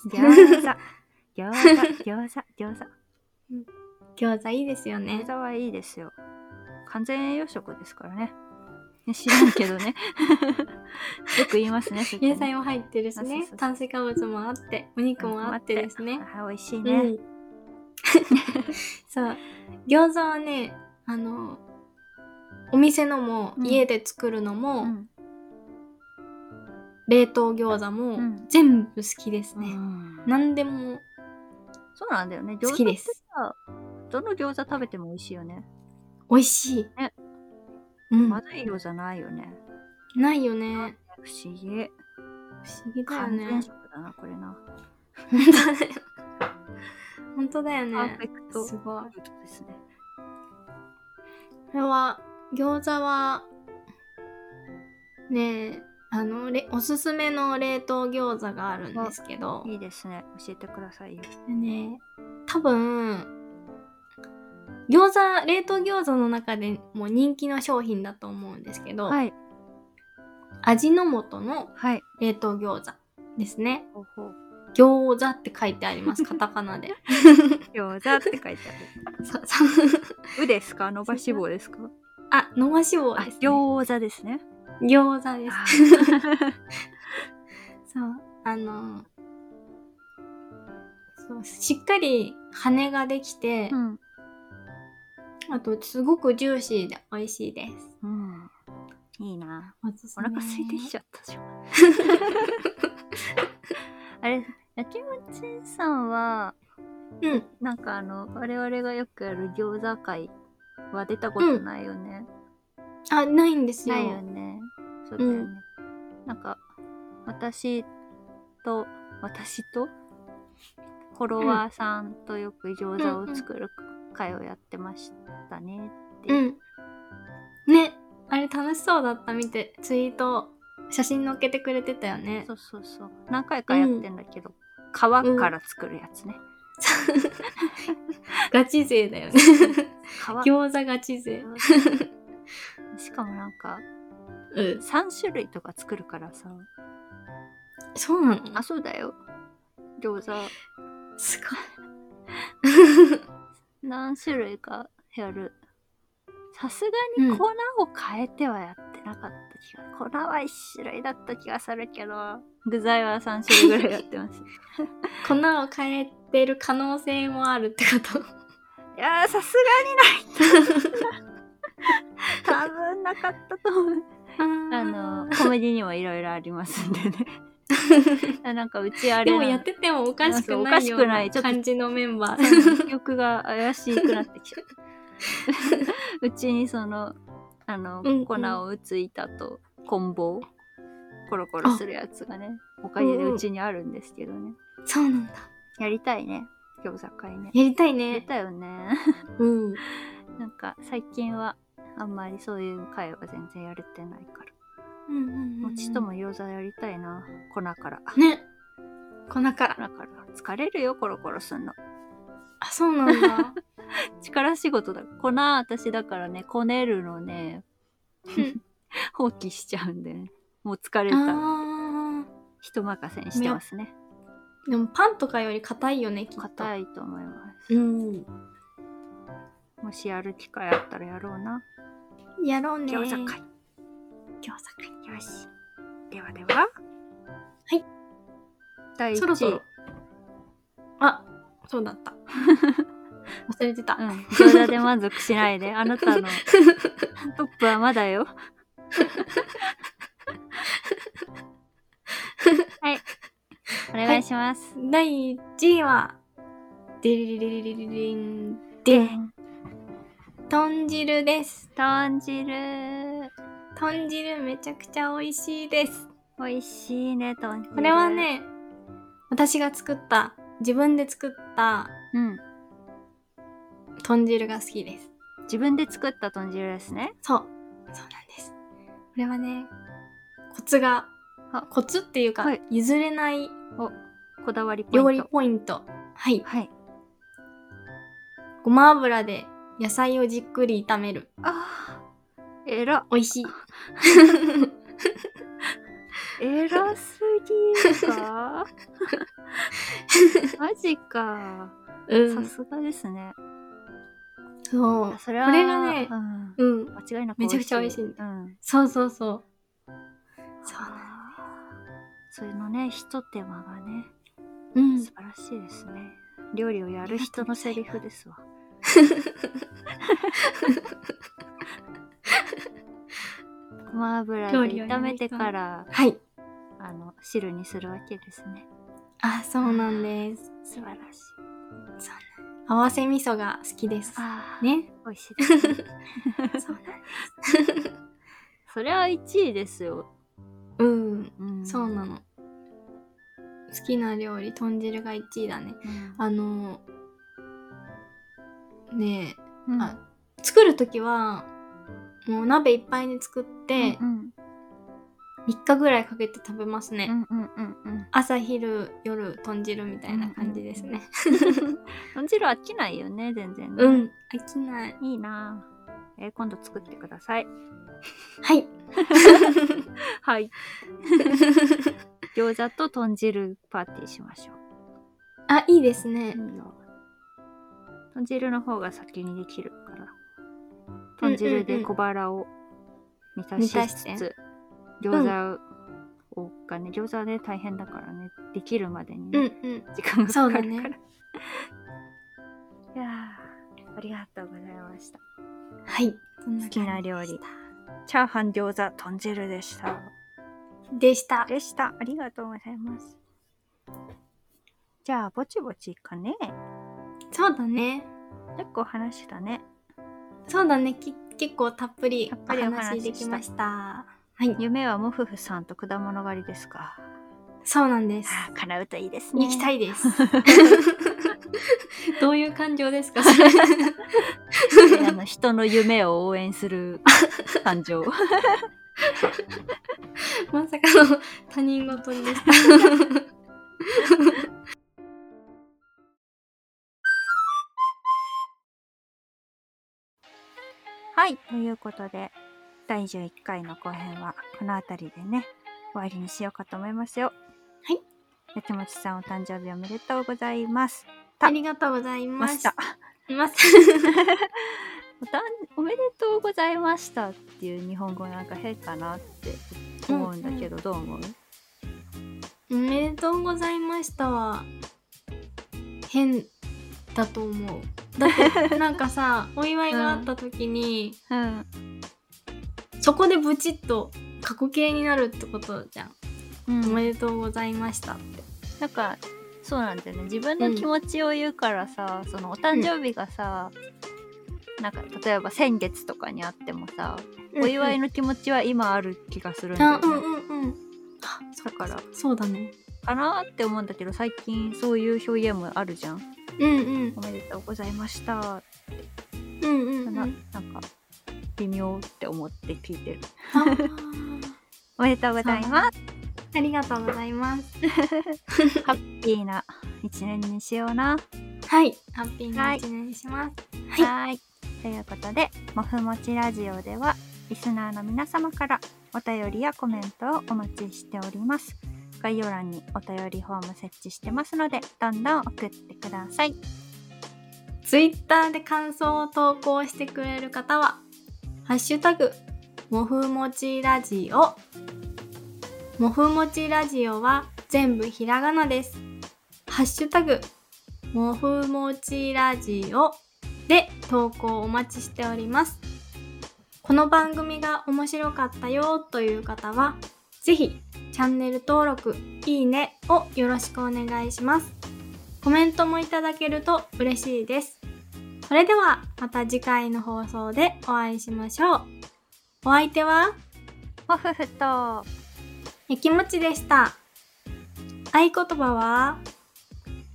Speaker 2: で
Speaker 1: 餃
Speaker 2: す。
Speaker 1: 子餃子餃子餃子餃子
Speaker 2: 餃子いいですよね。
Speaker 1: はいいですよ完全栄養食ですからねね知らんけど ねよく言いますね
Speaker 2: 野菜
Speaker 1: も
Speaker 2: も入ってるし
Speaker 1: そうそう
Speaker 2: ね
Speaker 1: そう。
Speaker 2: 炭水化物もあって、お肉もあってですね。
Speaker 1: はい美味しいね、
Speaker 2: うん。 そう。餃子はね、あの、お店のも、
Speaker 1: うん
Speaker 2: 家で作るのも、
Speaker 1: うん
Speaker 2: 冷凍餃子も、
Speaker 1: うん
Speaker 2: 全部好きですね。
Speaker 1: うん
Speaker 2: 何でも
Speaker 1: そうなんだよね餃
Speaker 2: 好
Speaker 1: 子
Speaker 2: きです。
Speaker 1: さどの餃子食べても美味しいよね、
Speaker 2: 美味しい。
Speaker 1: ね
Speaker 2: うん。
Speaker 1: まずい餃子ないよね
Speaker 2: ないよね。
Speaker 1: 不思議
Speaker 2: 不思議だよ
Speaker 1: 完全
Speaker 2: ね。
Speaker 1: 食だなこれな、
Speaker 2: 本当だよ
Speaker 1: パー
Speaker 2: ね
Speaker 1: フェ。クト
Speaker 2: すごい。
Speaker 1: ですね
Speaker 2: これは、餃子は、ねえ、あの、れおすすめの冷凍餃子があるんですけど、
Speaker 1: いいですね教えてくださいよ
Speaker 2: でね、多分、餃子、冷凍餃子の中でも人気の商品だと思うんですけど、
Speaker 1: はい
Speaker 2: 味の素の
Speaker 1: はい
Speaker 2: 冷凍餃子ですね。
Speaker 1: ほうほう
Speaker 2: 餃子って書いてあ ります、カタカナで。
Speaker 1: 餃子って書いて
Speaker 2: そうそう
Speaker 1: あるうですか伸ばし棒ですか
Speaker 2: あ、伸ばし棒
Speaker 1: あ
Speaker 2: です、ね。
Speaker 1: 餃子ですね
Speaker 2: 餃子で
Speaker 1: あ
Speaker 2: す。そう。あのそう、しっかり羽ができて、
Speaker 1: ーうん
Speaker 2: あとすごくジューシーで美味しいです。
Speaker 1: うんいいな
Speaker 2: おすす
Speaker 1: お
Speaker 2: め
Speaker 1: 腹空いてきちゃったじゃん あれやきもちさんは
Speaker 2: うん。
Speaker 1: なんかあの我々がよくやる餃子会は出たことないよね、
Speaker 2: あ、ないんですよ。
Speaker 1: ないよねそうだよね、なんか私と私とフォロワーさんとよく餃子を作る会をやってましたねって、
Speaker 2: うん。ね、あれ楽しそうだった見て、ツイート、写真載っけてくれてたよね。
Speaker 1: そうそうそう何回かやってんだけど、皮から作るやつね、
Speaker 2: ガチ勢だ よね。
Speaker 1: 皮
Speaker 2: 餃子ガチ勢。
Speaker 1: しかもなんか
Speaker 2: うん。
Speaker 1: 3種類とか作るからさ
Speaker 2: そうなの
Speaker 1: あそうだよ餃子
Speaker 2: すごい。
Speaker 1: 何種類かやるさすが
Speaker 2: う
Speaker 1: に
Speaker 2: ん
Speaker 1: 粉を変えてはやってなかった気が、粉は1種類だった気がするけど具材は3種類ぐらいやって ますい
Speaker 2: 粉を変えてる可能性もあるってこと
Speaker 1: やーさすがに ない多分なかったと思うあの小麦にもいろいろありますんでねあなんかうちあれ
Speaker 2: で
Speaker 1: な
Speaker 2: もやっててもおかしく
Speaker 1: そうお
Speaker 2: な
Speaker 1: か
Speaker 2: い
Speaker 1: し
Speaker 2: よ
Speaker 1: く
Speaker 2: う
Speaker 1: ない
Speaker 2: な
Speaker 1: ちょっと
Speaker 2: 感じのメンバー。
Speaker 1: 記憶が怪しくなってきた うちにそのあの、
Speaker 2: うんうん
Speaker 1: 粉を打つ板と棍棒コロコロするやつがねおかげでうちにあるんですけどね、
Speaker 2: そうなんだ。
Speaker 1: やりたいね餃子会ね
Speaker 2: やりたい
Speaker 1: やり
Speaker 2: ね。
Speaker 1: たいよね
Speaker 2: うん。
Speaker 1: なんか最近はあんまりそういう会は全然やれてないから餅とも餃子やりたいな粉から
Speaker 2: ね。粉から
Speaker 1: 粉。から疲れるよコロコロすんの
Speaker 2: あ、そうなんだ。
Speaker 1: 力仕事だ粉私だからねこねるのね
Speaker 2: うん
Speaker 1: 放棄しちゃうんでねもう疲れた
Speaker 2: あ
Speaker 1: 人任せにしてますね
Speaker 2: ーでもパンとかより硬いよね、きっと。
Speaker 1: 硬いと思います、
Speaker 2: うん。
Speaker 1: もしやる機会あったらやろうな
Speaker 2: やろうね。
Speaker 1: 餃子会餃子会よしではでははい第1位
Speaker 2: そろそろ。あ、そうだった。忘れてた。
Speaker 1: うん、餃子で満足しないであなたのトップはまだ よはいお願いします、
Speaker 2: 第1位は、デリリリリリリン、で、豚汁です。
Speaker 1: 豚汁
Speaker 2: 豚汁めちゃくちゃ美味しいです。
Speaker 1: 美味しいね豚汁
Speaker 2: これはね、私が作った、自分で作った
Speaker 1: うん
Speaker 2: 豚汁が好きです。
Speaker 1: 自分で作った豚汁ですね
Speaker 2: そう。そうなんです。これはね、コツが
Speaker 1: あ、
Speaker 2: コツっていうか、
Speaker 1: はい
Speaker 2: 譲れない
Speaker 1: こだわりポイント
Speaker 2: 料理ポイント。はい。
Speaker 1: はい
Speaker 2: ごま油で野菜をじっくり炒める。
Speaker 1: あーえら
Speaker 2: 美味しい。
Speaker 1: えらすぎる かマジか
Speaker 2: う
Speaker 1: さ
Speaker 2: ん。
Speaker 1: すがですね
Speaker 2: そう。
Speaker 1: それは
Speaker 2: これがね
Speaker 1: うん
Speaker 2: うん。
Speaker 1: 間違いなく
Speaker 2: めちゃくちゃ美味しい
Speaker 1: うん
Speaker 2: そうそうそう。そうな
Speaker 1: それのねひと手間がね
Speaker 2: う
Speaker 1: 素
Speaker 2: ん
Speaker 1: 晴。らしいですね、料理をやる人のセリフです わごま油で
Speaker 2: 料理をやる
Speaker 1: 炒
Speaker 2: 人
Speaker 1: めてから
Speaker 2: はい。
Speaker 1: あの汁にするわけですね
Speaker 2: あ、そうなんです。
Speaker 1: 素晴らしい
Speaker 2: 合わせ味噌が好きです。
Speaker 1: あー
Speaker 2: ね。
Speaker 1: 美味しいです ね
Speaker 2: そうなん
Speaker 1: それは1位ですよ、
Speaker 2: うん。
Speaker 1: うん
Speaker 2: そうなの。好きな料理、豚汁が1位だね。
Speaker 1: うん
Speaker 2: あの、ねえ、
Speaker 1: うん
Speaker 2: あ作るときは、もう鍋いっぱいに作って、
Speaker 1: うん
Speaker 2: 3日ぐらいかけて食べますね。
Speaker 1: うんうんうんうん
Speaker 2: 朝、昼、夜、豚汁みたいな感じですね。
Speaker 1: 豚汁飽きないよね全然ね
Speaker 2: うん。飽きない。
Speaker 1: いいなぁえー今度作ってください
Speaker 2: はい。
Speaker 1: はい 餃子と豚汁パーティーしましょ
Speaker 2: あ、いいですね
Speaker 1: う。いいよ豚汁の方が先にできるから豚汁で小腹を満たしつつ、
Speaker 2: 満たして
Speaker 1: 餃子をがね餃子はね大変だからねできるまでに
Speaker 2: う
Speaker 1: ね、
Speaker 2: んうん。
Speaker 1: 時間が
Speaker 2: そ
Speaker 1: か
Speaker 2: う
Speaker 1: か
Speaker 2: だ
Speaker 1: る
Speaker 2: ね
Speaker 1: から、いやーありがとうございました
Speaker 2: はい。
Speaker 1: 好きな料理チャーハン餃子豚汁でした
Speaker 2: でした。
Speaker 1: でした。ありがとうございます。じゃあ、ぼちぼちかね。
Speaker 2: そうだね。
Speaker 1: 結構話したね。
Speaker 2: そうだね。き結構たっぷり
Speaker 1: たっ
Speaker 2: お
Speaker 1: ぷりお話
Speaker 2: 話
Speaker 1: し
Speaker 2: できました。はい。
Speaker 1: 夢はモフフさんと果物狩りですか。
Speaker 2: そうなんです。
Speaker 1: ああ、叶うといいですね。
Speaker 2: 行きた
Speaker 1: い。
Speaker 2: いです。 どういう感情ですかそ れ
Speaker 1: あの人の夢を応援する感 情。
Speaker 2: まさかの他人事にでした。
Speaker 1: はい、ということで、第11回の後編は、この辺りでね、終わりにしようかと思いますよ。
Speaker 2: はい。
Speaker 1: やつもちさん、お誕生日おめでとうございます。
Speaker 2: ありがとうございま
Speaker 1: ま
Speaker 2: し
Speaker 1: したた。。
Speaker 2: ます。
Speaker 1: おたんおめでとうございましたっていう日本語なんか変かなって思うんだけど、どう思う
Speaker 2: おめでとうございましたは変だと思う。だってなんかさ、 お祝いがあった時に、
Speaker 1: うん、
Speaker 2: そこでブチッと過去形になるってことじゃん。
Speaker 1: うん
Speaker 2: おめでとうございましたって。
Speaker 1: なんかそうなんだよね自分の気持ちを言うからさ、そのお誕生日がさ、なんか例えば先月とかにあってもさ、お祝い
Speaker 2: の
Speaker 1: の気持ちは今ある気がするんだよ
Speaker 2: あ、
Speaker 1: ね、
Speaker 2: うんうんうん。
Speaker 1: だから
Speaker 2: そうだね。
Speaker 1: かなって思うんだけど最近そういう表現もあるじゃん
Speaker 2: うんうん
Speaker 1: 「おめでとうございました」
Speaker 2: うんう
Speaker 1: か
Speaker 2: ん
Speaker 1: な,、
Speaker 2: うん。
Speaker 1: なんか微妙って思って聞いてる
Speaker 2: あー
Speaker 1: 「おめでとうございます」
Speaker 2: ありがとうございます。
Speaker 1: ハッピーな一年にしような。
Speaker 2: はい、ハッピーな一年にします。はい
Speaker 1: はーい。ということで、もふもちラジオでは、リスナーの皆様からお便りやコメントをお待ちしております。概要欄にお便りフォーム設置してますので、どんどん送ってください。
Speaker 2: ツイッターで感想を投稿してくれる方は、ハッシュタグ、もふもちラジオ。もふもちラジオは全部ひらがなです。ハッシュタグ、もふもちラジオで投稿お待ちしております。この番組が面白かったよという方は、ぜひチャンネル登録、いいねをよろしくお願いします。コメントもいただけると嬉しいです。それではまた次回の放送でお会いしましょう。お相手は
Speaker 1: もふふと、
Speaker 2: やきもちでした。合言葉は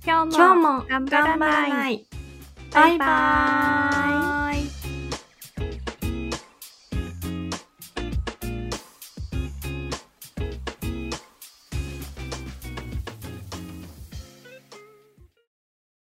Speaker 1: 今日も
Speaker 2: 今日も
Speaker 1: 頑
Speaker 2: 頑
Speaker 1: 張
Speaker 2: 張
Speaker 1: ら
Speaker 2: ら
Speaker 1: ない
Speaker 2: ない。
Speaker 1: バ
Speaker 2: バ
Speaker 1: イ
Speaker 2: イ
Speaker 1: バ
Speaker 2: バ
Speaker 1: ーイ
Speaker 2: ーイ。